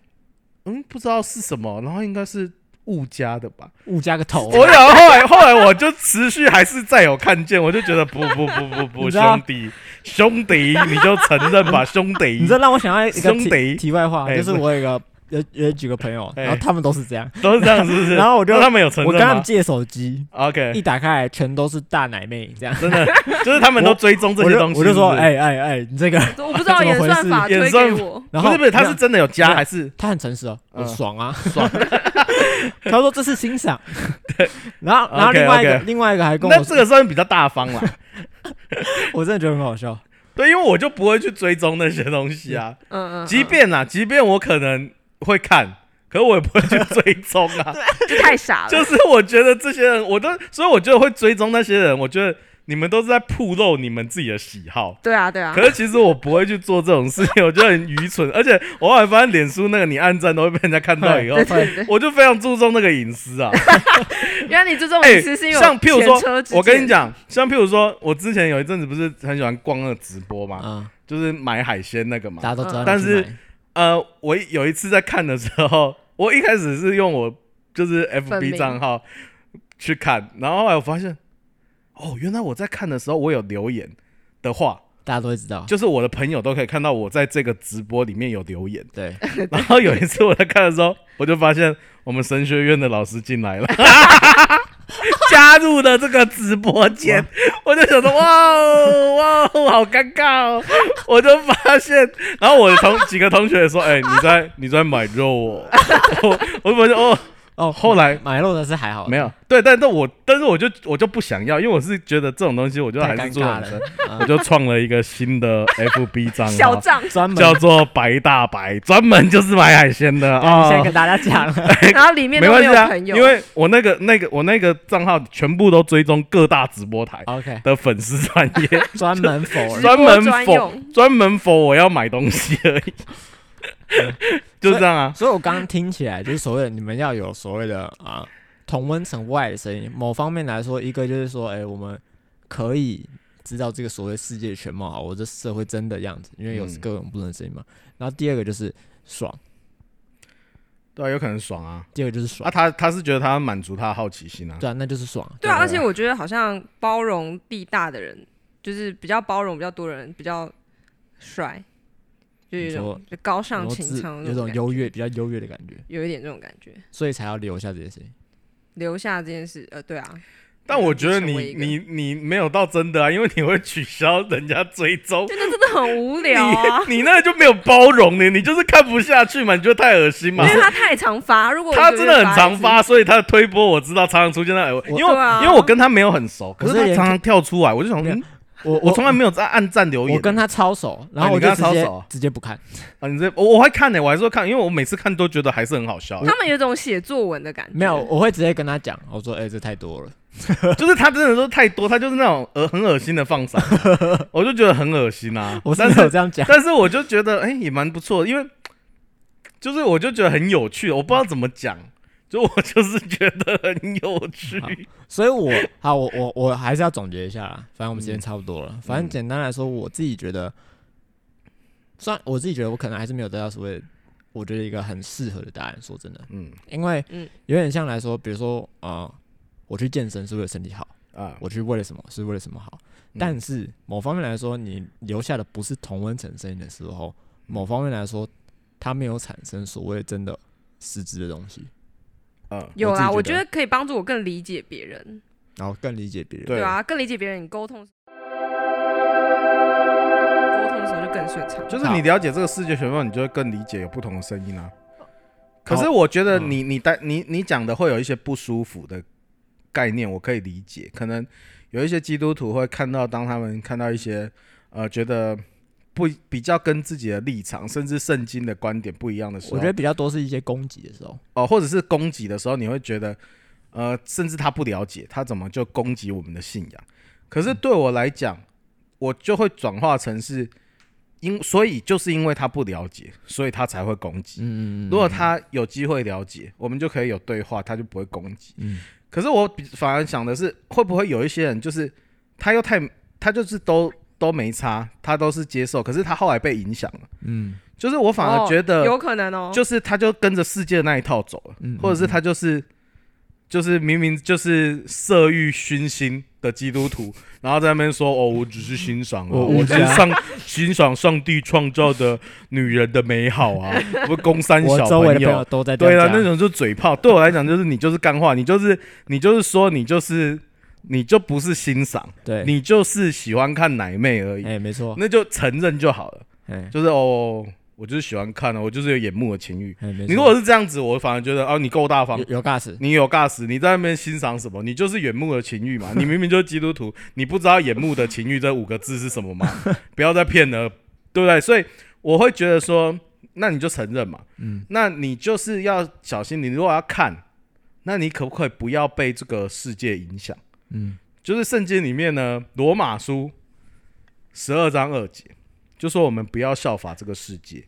Speaker 1: 嗯，不知道是什么，然后应该是误加的吧。
Speaker 3: 误加个头，
Speaker 1: 我然后后来后来我就持续还是再有看见，我就觉得不不不不
Speaker 3: <laughs>
Speaker 1: 不
Speaker 3: 你知道
Speaker 1: 兄弟兄弟，你就承认吧，兄
Speaker 3: <laughs>
Speaker 1: 弟。
Speaker 3: 你这让我想到一个
Speaker 1: 兄
Speaker 3: 题
Speaker 1: 弟
Speaker 3: 题外话，
Speaker 1: 哎
Speaker 3: 就是我有一个有有几个朋友，
Speaker 1: 哎
Speaker 3: 然后他们都是这样，
Speaker 1: 都是这样，是不是？
Speaker 3: 然后我就
Speaker 1: 那他们有承
Speaker 3: 我
Speaker 1: 认
Speaker 3: 跟他们
Speaker 1: 吗哎
Speaker 3: 借手机，一 <laughs>
Speaker 1: ？OK，
Speaker 3: 打开来全都是大奶妹这样，
Speaker 1: 真的就是他们都追踪这
Speaker 3: 我
Speaker 1: 些
Speaker 3: 就
Speaker 1: 东西。
Speaker 3: 我就说，
Speaker 1: 是不是，
Speaker 3: 哎哎哎，你这个，
Speaker 2: 我不知道
Speaker 3: 怎么
Speaker 2: 演
Speaker 3: 回
Speaker 2: 算
Speaker 3: 事
Speaker 2: 法推
Speaker 1: 演
Speaker 2: 给
Speaker 1: 算
Speaker 2: 我，
Speaker 3: 然
Speaker 1: <laughs> 不
Speaker 3: 后
Speaker 1: 是不是，他是
Speaker 3: 没有
Speaker 1: 真的有加
Speaker 3: 没有
Speaker 1: 还是
Speaker 3: 他很诚实哦，我
Speaker 1: 嗯
Speaker 3: 爽
Speaker 1: <laughs>
Speaker 3: 啊，爽，他说这是欣赏，然后然后
Speaker 1: OK，
Speaker 3: 另外一个
Speaker 1: OK
Speaker 3: 另外一个还跟
Speaker 1: 那
Speaker 3: 我
Speaker 1: 这
Speaker 3: 说，
Speaker 1: 个算比较大方啦。
Speaker 3: 我真的觉得很好笑，
Speaker 1: 对，因为我就不会去追踪那些东西啊。
Speaker 2: 嗯嗯，
Speaker 1: <laughs> 即便啊，即便我可能会看，可我也不会去追踪
Speaker 2: <laughs>
Speaker 1: 啊。
Speaker 2: 嗯就太傻
Speaker 1: <laughs>
Speaker 2: 了，
Speaker 1: 就是我觉得这些人，我都所以我觉得会追踪那些人，我觉得你们都是在曝露你们自己的喜好。
Speaker 2: 对啊对啊
Speaker 1: <laughs> 可，是其实我不会去做这种事情，我觉得很愚蠢，而且我后来发现脸书那个你按赞都会被人家看
Speaker 3: 哎
Speaker 1: 到以后
Speaker 2: <laughs> 对，
Speaker 3: <laughs>
Speaker 2: 对对，
Speaker 1: 我就非常注重那个隐私
Speaker 2: <laughs>
Speaker 1: 啊。
Speaker 2: 原来你这种
Speaker 1: <laughs> 哎
Speaker 2: 意思是因为
Speaker 1: 像譬如
Speaker 2: 前车
Speaker 1: 说，
Speaker 2: 之
Speaker 1: 我跟你
Speaker 2: 鉴，
Speaker 1: 讲，像譬如说，我之前有一阵子不是很喜欢逛那个直播嘛，
Speaker 3: 嗯，
Speaker 1: 就是买海鲜那个嘛
Speaker 3: 大。家都知道你去买，
Speaker 1: 但是呃，我有一次在看的时候，我一开始是用我就是 FB
Speaker 2: 明
Speaker 1: 账号去看，然后后来我发现，哦，原来我在看的时候我有留言的话，
Speaker 3: 大家都会知道，
Speaker 1: 就是我的朋友都可以看到我在这个直播里面有留言。
Speaker 3: 对，
Speaker 1: 然后有一次我在看的时候，我就发现我们神学院的老师进来了， <laughs> 加入了这个直播间，我就想说哇哦哇哦，好尴尬哦！ <laughs> 我就发现，然后我的同几个同学说：“哎、你在你在买肉哦？” <laughs> 我我就发现哦，
Speaker 3: 哦，
Speaker 1: 后来
Speaker 3: <laughs> 买肉的是还好，
Speaker 1: 没有对，但但我但是我就我就不想要，因为我是觉得这种东西，我就
Speaker 3: 太
Speaker 1: 还
Speaker 3: 尴
Speaker 1: 是做
Speaker 3: 尬
Speaker 1: 很
Speaker 3: 了
Speaker 1: 深，，我
Speaker 3: 嗯
Speaker 1: 就创了一个新的 FB 账号，
Speaker 2: 小账，
Speaker 3: 专门
Speaker 1: 叫做白大白，专门就是买海鲜的啊。
Speaker 3: 先跟大家
Speaker 1: <laughs>
Speaker 3: 讲，哦
Speaker 2: 然后里面
Speaker 1: 没
Speaker 2: 都
Speaker 1: 关
Speaker 2: 没
Speaker 1: 系
Speaker 2: 有
Speaker 1: 啊，
Speaker 2: 朋友，
Speaker 1: 因为我那个那个我那个账号全部都追踪各大直播台
Speaker 3: OK，
Speaker 1: 的粉丝专业，
Speaker 3: 专门否认，
Speaker 2: 直播
Speaker 1: <laughs> 专门
Speaker 2: 专
Speaker 1: 否
Speaker 2: 用
Speaker 1: 专门否我要买东西而 <laughs> 已，就这样啊。
Speaker 3: 所以我刚刚听起来就是所谓的你们要有所谓的啊同温层外的声音。某方面来说，一个就是说，哎、我们可以知道这个所谓世界的全貌啊，我这社会真的样子，因为有
Speaker 1: 嗯
Speaker 3: 各种不同的声音嘛。然后第二个就是爽，
Speaker 1: 对啊，有可能爽啊。
Speaker 3: 第二个就是
Speaker 1: 啊，
Speaker 3: 爽，
Speaker 1: 他他是觉得他满足他的好奇心啊。
Speaker 3: 对啊，那就是爽。
Speaker 2: 对啊，
Speaker 1: 对
Speaker 2: 而且我觉得好像包容力大的人，就是比较包容比较多的人比较帅，就有一
Speaker 3: 你
Speaker 2: 种
Speaker 3: 说
Speaker 2: 就高尚
Speaker 3: 然后
Speaker 2: 情
Speaker 3: 自
Speaker 2: 操，
Speaker 3: 有种优越，，比较优越的感觉，
Speaker 2: 有一点这种感觉。
Speaker 3: 所以才要留下这些声音。
Speaker 2: 留下这件事，呃，对啊，
Speaker 1: 但我觉得
Speaker 2: 成
Speaker 1: 你
Speaker 2: 为一个
Speaker 1: 你你没有到真的啊，因为你会取消人家追踪。
Speaker 2: 真的真的很无聊啊，
Speaker 1: 你你那个就没有包容你，你就是看不下去嘛，你觉得太恶心嘛
Speaker 2: 因。为他太常发，如果
Speaker 1: 他真的很常
Speaker 2: 发，
Speaker 1: 发，所以他的推波我知道常常出现在我，因为我、
Speaker 2: 对啊
Speaker 1: 因为我跟他没有很熟，可是
Speaker 3: 我是
Speaker 1: 他
Speaker 3: 连
Speaker 1: 常常跳出来，我就想，嗯、
Speaker 3: 我
Speaker 1: 我从来没有在暗赞留言。
Speaker 3: 啊我跟他超熟，然后
Speaker 1: 啊
Speaker 3: 我
Speaker 1: 你
Speaker 3: 就
Speaker 1: 跟他
Speaker 3: 直
Speaker 1: 超
Speaker 3: 接、
Speaker 1: 熟啊
Speaker 3: 直接不看。
Speaker 1: 啊，你这我我会看呢、我还是会看，因为我每次看都觉得还是很好笑，
Speaker 2: 他们有一种写作文的感觉，
Speaker 3: 没有，我会直接跟他讲，我说，哎、这太多了。
Speaker 1: 就是他真的都太多，他就是那种呃很恶心的放闪，我就觉得很恶心
Speaker 3: <laughs>
Speaker 1: 啊。
Speaker 3: 我是
Speaker 1: 但
Speaker 3: 没有
Speaker 1: 是
Speaker 3: 这样
Speaker 1: <laughs>
Speaker 3: 讲，
Speaker 1: 但是我就觉得哎、也蛮不错的，因为就是我就觉得很有趣，我不知道怎么讲，就我就是觉得很有趣。
Speaker 3: 好所以我好，我我我还是要总结一下啦。反正我们
Speaker 1: 嗯
Speaker 3: 时间差不多了。反正简单来说，我自己觉得，虽然我自己觉得我可能还是没有得到所谓，我觉得一个很适合的答案。说真的，
Speaker 1: 嗯
Speaker 3: 因为
Speaker 2: 嗯
Speaker 3: 有点像来说，比如说呃，我去健身是为了身体好，
Speaker 1: 啊，
Speaker 3: 我去为了什么是为了什么好。
Speaker 1: 嗯
Speaker 3: 但是某方面来说，你留下的不是同温层声音的时
Speaker 1: 嗯
Speaker 3: 候，某方面来说，它没有产生所谓真的实质的东西，
Speaker 1: 嗯，
Speaker 2: 有啦，
Speaker 3: 啊我
Speaker 2: 我
Speaker 3: 自己觉
Speaker 2: 觉
Speaker 3: 得
Speaker 2: 得可以帮助我更理解别人，
Speaker 3: 然后更理解别人。
Speaker 1: 对
Speaker 2: 对啊，更理解别人，你沟通沟通的时候就更顺畅，
Speaker 1: 就是你了解这个世界全貌，你就会更理解有不同的声音啊。可是
Speaker 3: 好
Speaker 1: 我觉得你你带你你讲的会有一些不舒服的概念，我可以理解。可能有一些基督徒会看到，当他们看到一些呃觉得不比较跟自己的立场，甚至圣经的观点不一样的时候，
Speaker 3: 我觉得比较多是一些攻击的时候。
Speaker 1: 哦、或者是攻击的时候，你会觉得，呃，甚至他不了解，他怎么就攻击我们的信仰？可是对我来讲，我就会转化成是，因所以就是因为他不了解，所以他才会攻击。
Speaker 3: 嗯嗯嗯，
Speaker 1: 如果他有机会了解，我们就可以有对话，他就不会攻击。
Speaker 3: 嗯
Speaker 1: 可是我比反而想的是，会不会有一些人就是他又太他就是都都没差，他都是接受，可是他后来被影响了。
Speaker 3: 嗯
Speaker 1: 就是我反而觉
Speaker 2: 哦
Speaker 1: 得，
Speaker 2: 有可能哦，
Speaker 1: 呃就是他就跟着世界那一套走了，
Speaker 3: 嗯
Speaker 1: 或者是他就是就是明明就是色欲熏心的基
Speaker 3: <laughs>
Speaker 1: 督徒，然后在那边说哦，我只是欣赏啊，
Speaker 3: 我
Speaker 1: 我
Speaker 3: 无
Speaker 1: 只是
Speaker 3: 家
Speaker 1: 上 <laughs> 欣赏上帝创造的女人的美好
Speaker 3: <laughs>
Speaker 1: 啊，我攻三
Speaker 3: 我
Speaker 1: 小
Speaker 3: 周围的
Speaker 1: 朋友，
Speaker 3: 都在这
Speaker 1: 对
Speaker 3: 样
Speaker 1: 啊，
Speaker 3: 讲
Speaker 1: 那种就嘴炮，对我来讲就是你就是干话，你就是你就是说你就是你就不是欣赏，
Speaker 3: 对，
Speaker 1: 你就是喜欢看奶妹而已，
Speaker 3: 哎没错，
Speaker 1: 那就承认就好了，
Speaker 3: 哎
Speaker 1: 就是哦，我就是喜欢看啊，我就是有眼目的情欲。
Speaker 3: 哎没错，
Speaker 1: 你如果是这样子，我反而觉得哦，你够大方
Speaker 3: 有，有 gas，
Speaker 1: 你有 gas，你在那边欣赏什么？你就是眼目的情欲嘛，你明明就是基督徒，你不知道眼目的情欲这五个字是什么吗？不要再骗了，对不对？所以我会觉得说，那你就承认嘛，嗯，那你就是要小心，你如果要看，那你可不可以不要被这个世界影响？
Speaker 3: 嗯
Speaker 1: 就是圣经里面呢，罗马书十二章二节，就说我们不要效法这个世界，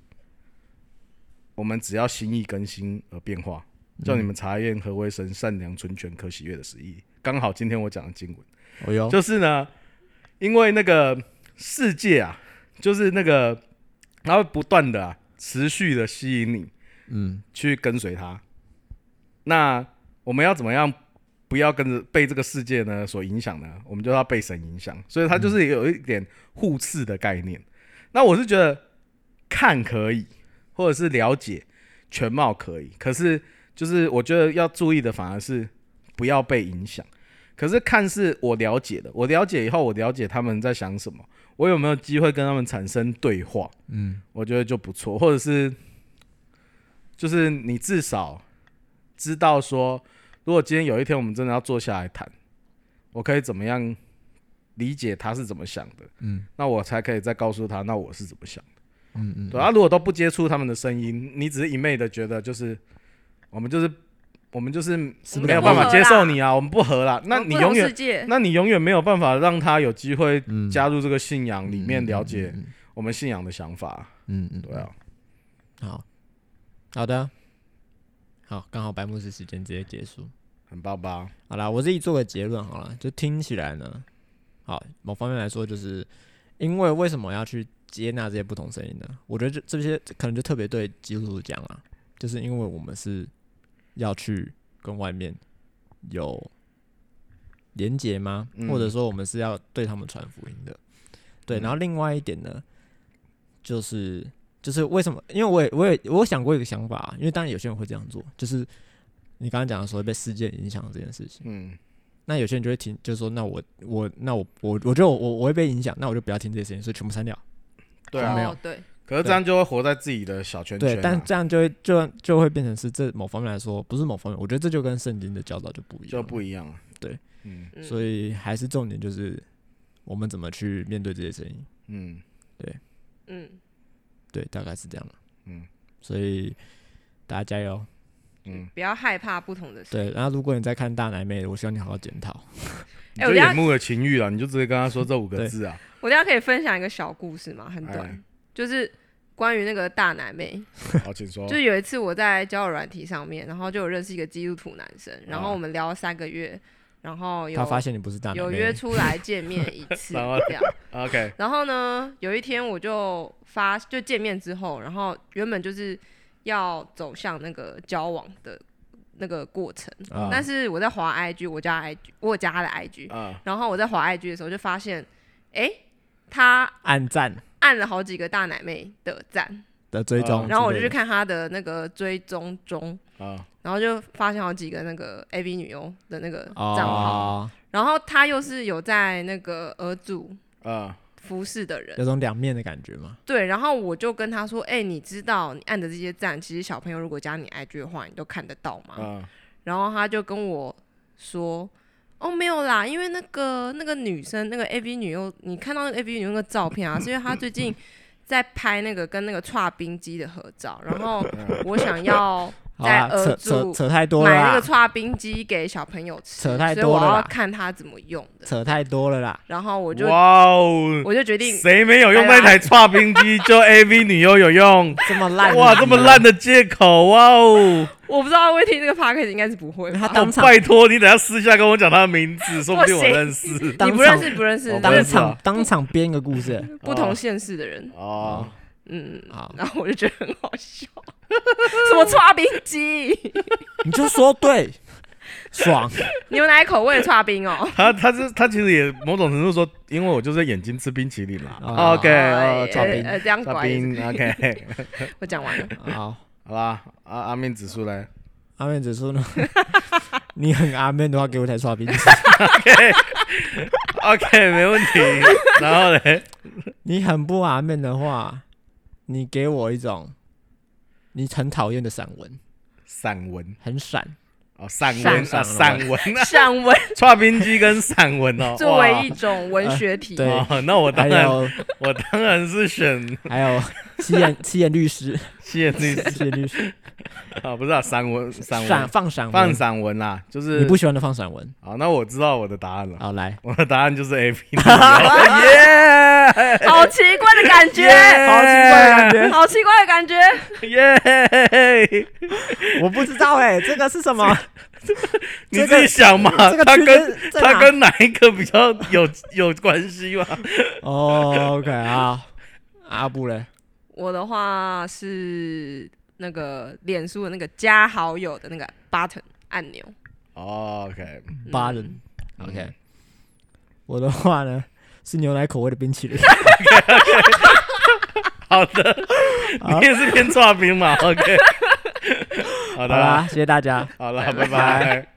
Speaker 1: 我们只要心意更新而变化，叫你们查验何为神善良、纯全、可喜悦的旨意。刚好今天我讲的经文，
Speaker 3: 我有
Speaker 1: 就是呢，因为那个世界啊，就是那个，它会不断的、啊、持续的吸引你
Speaker 3: 嗯
Speaker 1: 去跟随它。那我们要怎么样不要跟着被这个世界呢所影响呢？我们就要被神影响，所以它就是有一点互斥的概念。那我是觉得看可以，或者是了解全貌可以，可是就是我觉得要注意的反而是不要被影响。可是看是我了解的，我了解以后，我了解他们在想什么，我有没有机会跟他们产生对话？
Speaker 3: 嗯
Speaker 1: 我觉得就不错，或者是就是你至少知道说，如果今天有一天我们真的要坐下来谈，我可以怎么样理解他是怎么想的，
Speaker 3: 嗯
Speaker 1: 那我才可以再告诉他，那我是怎么想的。
Speaker 3: 嗯嗯，
Speaker 1: 对啊，如果都不接触他们的声音，你只是一昧的觉得就是我们就是我们就是
Speaker 3: 是不
Speaker 1: 没有
Speaker 3: 了
Speaker 1: 办
Speaker 2: 不
Speaker 1: 法
Speaker 2: 合
Speaker 1: 接
Speaker 2: 啦
Speaker 1: 受你啊，我们不合啦，那
Speaker 2: 哦
Speaker 1: 你
Speaker 2: 不
Speaker 1: 永
Speaker 2: 同
Speaker 1: 远
Speaker 2: 世界
Speaker 1: 那你永远没有办法让他有机会
Speaker 3: 嗯
Speaker 1: 加入这个信仰里面，了解
Speaker 3: 嗯
Speaker 1: 我们信仰的想法。
Speaker 3: 嗯嗯，
Speaker 1: 对啊，
Speaker 3: 好好的，好，刚好白牧师时间直接结束。
Speaker 1: 很棒吧？
Speaker 3: 好啦，我自己做个结论好了，就听起来呢，好，某方面来说，就是因为为什么要去接纳这些不同声音呢？我觉得这这些可能就特别对基督徒讲啊，就是因为我们是要去跟外面有连结吗？
Speaker 1: 嗯
Speaker 3: 或者说我们是要对他们传福音的？对，
Speaker 1: 嗯
Speaker 3: 然后另外一点呢，就是就是为什么？因为我也我也我有想过一个想法啊、因为当然有些人会这样做，就是你刚刚讲的所谓被世界影响这件事情。
Speaker 1: 嗯
Speaker 3: 那有些人就会听，就是说，那我我那我我我觉得我我我会被影响，那我就不要听这些事情，所以全部删掉。，
Speaker 1: 对啊，
Speaker 3: 没有
Speaker 2: 哦对，
Speaker 1: 可是这样就会活在自己的小圈圈、啊。
Speaker 3: 对，但这样就会就就会变成是这某方面来说，不是某方面，我觉得这就跟圣经的教导就不一样，
Speaker 1: 就不一样了。
Speaker 3: 对，
Speaker 1: 嗯
Speaker 2: 嗯
Speaker 3: 所以还是重点就是我们怎么去面对这些声音，
Speaker 1: 嗯
Speaker 2: 嗯，
Speaker 3: 对，大概是这样了。
Speaker 1: 嗯
Speaker 3: 所以大家加油。
Speaker 1: 嗯，
Speaker 2: 不要害怕不同的事。
Speaker 3: 对，然后如果你在看大奶妹，我希望你好好检讨。
Speaker 1: 你
Speaker 2: 哎我
Speaker 1: 就
Speaker 2: 等下
Speaker 1: 眼目的情欲啊，你就直接跟他说这五个
Speaker 3: <laughs>
Speaker 1: 字啊。
Speaker 2: 我等一下可以分享一个小故事嘛，很
Speaker 1: 哎
Speaker 2: 短，就是关于那个大奶妹。
Speaker 1: 好，请说。
Speaker 2: 就是有一次我在交友软体上面，然后就有认识一个基督徒男生，然后我们聊了三个月，然后有
Speaker 3: 她发现你不是大奶
Speaker 2: 有
Speaker 3: 妹，
Speaker 2: 约出来见面一次
Speaker 1: 然后
Speaker 2: 这样。
Speaker 1: OK，
Speaker 2: 然后呢，有一天我就发就见面之后，然后原本就是要走向那个交往的那个过程，
Speaker 3: 啊
Speaker 2: 但是我在滑 IG，我加 IG，我有加他的 IG，、
Speaker 1: 啊，
Speaker 2: 然后我在滑 IG 的时候就发现，哎、他
Speaker 3: 暗赞
Speaker 2: 按了好几个大奶妹的赞，
Speaker 3: 的追哦踪之类的、
Speaker 2: 嗯然后我就去看他的那个追踪中，
Speaker 1: 啊，
Speaker 2: 然后就发现好几个那个 AV 女优的那个账号，
Speaker 3: 哦，
Speaker 2: 然后他又是有在那个俄组
Speaker 1: 啊，
Speaker 2: 服侍的人
Speaker 3: 有，种两面的感觉嘛。
Speaker 2: 对，然后我就跟他说，哎、你知道你按的这些赞，其实小朋友如果加你 IG 的话，你都看得到吗？
Speaker 1: 啊，
Speaker 2: 然后他就跟我说，哦，没有啦，因为那个那个女生，那个 AV 女优，你看到那个 AV 女优那个照片啊，是因为她最
Speaker 3: <laughs>
Speaker 2: 近在拍那个跟那个串冰机的合照，然后我想要
Speaker 3: 好啦，
Speaker 2: 在
Speaker 3: 扯
Speaker 2: 额
Speaker 3: 扯
Speaker 2: 住
Speaker 3: 扯太多了
Speaker 2: 买那
Speaker 3: 啦
Speaker 2: 个，刨冰机给小朋友吃，
Speaker 3: 扯太
Speaker 2: 所以
Speaker 3: 多
Speaker 2: 我
Speaker 3: 了
Speaker 2: 要
Speaker 3: 啦，
Speaker 2: 看他怎么用的。
Speaker 3: 扯太多了啦。
Speaker 2: 然后我就
Speaker 1: 哇哦，
Speaker 2: 我就哎决定，
Speaker 1: 谁没有用那
Speaker 2: <laughs>
Speaker 1: 台刨冰机？就 AV 女优有用。
Speaker 3: 这么烂
Speaker 1: 哇，这么烂的借口哇哦！
Speaker 2: 我不知道会听这个 p o d c a s t 应该是不会吧。
Speaker 3: 他当场
Speaker 1: 拜托你等下私下跟我讲他的名
Speaker 2: <laughs>
Speaker 1: 字，说不定我
Speaker 2: 谁
Speaker 1: 认识。
Speaker 3: 当
Speaker 2: 你
Speaker 3: 场
Speaker 2: 不认识不认识
Speaker 1: 我，不
Speaker 2: 但
Speaker 1: 认
Speaker 3: 当
Speaker 1: 识啊
Speaker 2: 是
Speaker 3: 场当场编个故事
Speaker 2: 不同县市的人，
Speaker 1: 哦，
Speaker 2: 嗯，
Speaker 3: 好，
Speaker 2: 然后我就觉得很好笑， <laughs> 什么刨冰机，
Speaker 3: 你就说对，爽，
Speaker 2: 牛奶口味的刨冰
Speaker 1: <laughs>
Speaker 2: 哦，
Speaker 1: 他他是他其实也某种程度说，因为我就是眼睛吃冰淇淋嘛。
Speaker 3: 哦
Speaker 1: OK，哦
Speaker 2: 啊哎
Speaker 1: 抓
Speaker 2: 呃
Speaker 1: 冰，
Speaker 2: 呃这样
Speaker 1: 抓
Speaker 2: 拐也是，
Speaker 1: 冰，OK，
Speaker 2: <laughs> 我讲完了，
Speaker 3: 好。
Speaker 1: 好吧。阿阿面指数嘞，
Speaker 3: 阿面指数呢？ <laughs> 你很阿面的话，给我台刷冰机；
Speaker 1: OK，没问
Speaker 2: <laughs>
Speaker 1: 题。然后嘞，
Speaker 3: 你很不阿面的话，你给我一种你很讨厌的散文，
Speaker 1: 散文
Speaker 3: 很散。
Speaker 1: 哦，散文
Speaker 2: 散
Speaker 1: 啊，散文 <laughs> 啊，
Speaker 2: 散文
Speaker 1: 串冰机跟散文哦。
Speaker 2: 作
Speaker 1: 哇
Speaker 2: 为一哎种文学体，
Speaker 3: 对
Speaker 1: 哦，那我
Speaker 3: 还
Speaker 1: 当然，
Speaker 3: 有
Speaker 1: 我当然是选
Speaker 3: 还有七言七言律
Speaker 1: <laughs>
Speaker 3: 师，
Speaker 1: 谢谢律
Speaker 2: <laughs>
Speaker 1: 师
Speaker 3: 七言律师
Speaker 1: 啊，不是啊，散文，散
Speaker 3: 散
Speaker 1: 文，
Speaker 3: 放散文
Speaker 1: 放散文啦，就是
Speaker 3: 你不喜欢的放散文。
Speaker 1: 好，那我知道我的答案了。
Speaker 3: 好来，
Speaker 1: 我的答案就是
Speaker 3: <laughs>
Speaker 1: A P，耶
Speaker 2: 好奇怪的
Speaker 1: <laughs>
Speaker 2: 感觉，
Speaker 1: 好奇怪的感
Speaker 3: 觉
Speaker 2: 好奇怪的感觉，
Speaker 1: 耶！ <laughs>
Speaker 3: 我不知道哎，这个是什么？
Speaker 1: 你自己想嘛，
Speaker 3: 这个
Speaker 1: 他
Speaker 3: 区
Speaker 1: 跟
Speaker 3: 间在哪
Speaker 1: 他跟哪一个比较有有关系吗？
Speaker 3: 哦，OK 啊，阿布嘞，
Speaker 2: 我的话是那个脸书的那个加好友的那个 button 按钮，
Speaker 1: 哦，OK，
Speaker 3: 八人，OK。我的话呢是牛奶口味的冰淇淋。
Speaker 1: <laughs> 好的，
Speaker 3: 好
Speaker 1: 你也是偏差评嘛，OK，好
Speaker 3: <laughs> 好
Speaker 1: 的，
Speaker 3: 啦，谢谢大家。
Speaker 1: 好了，拜
Speaker 3: 拜
Speaker 1: 拜。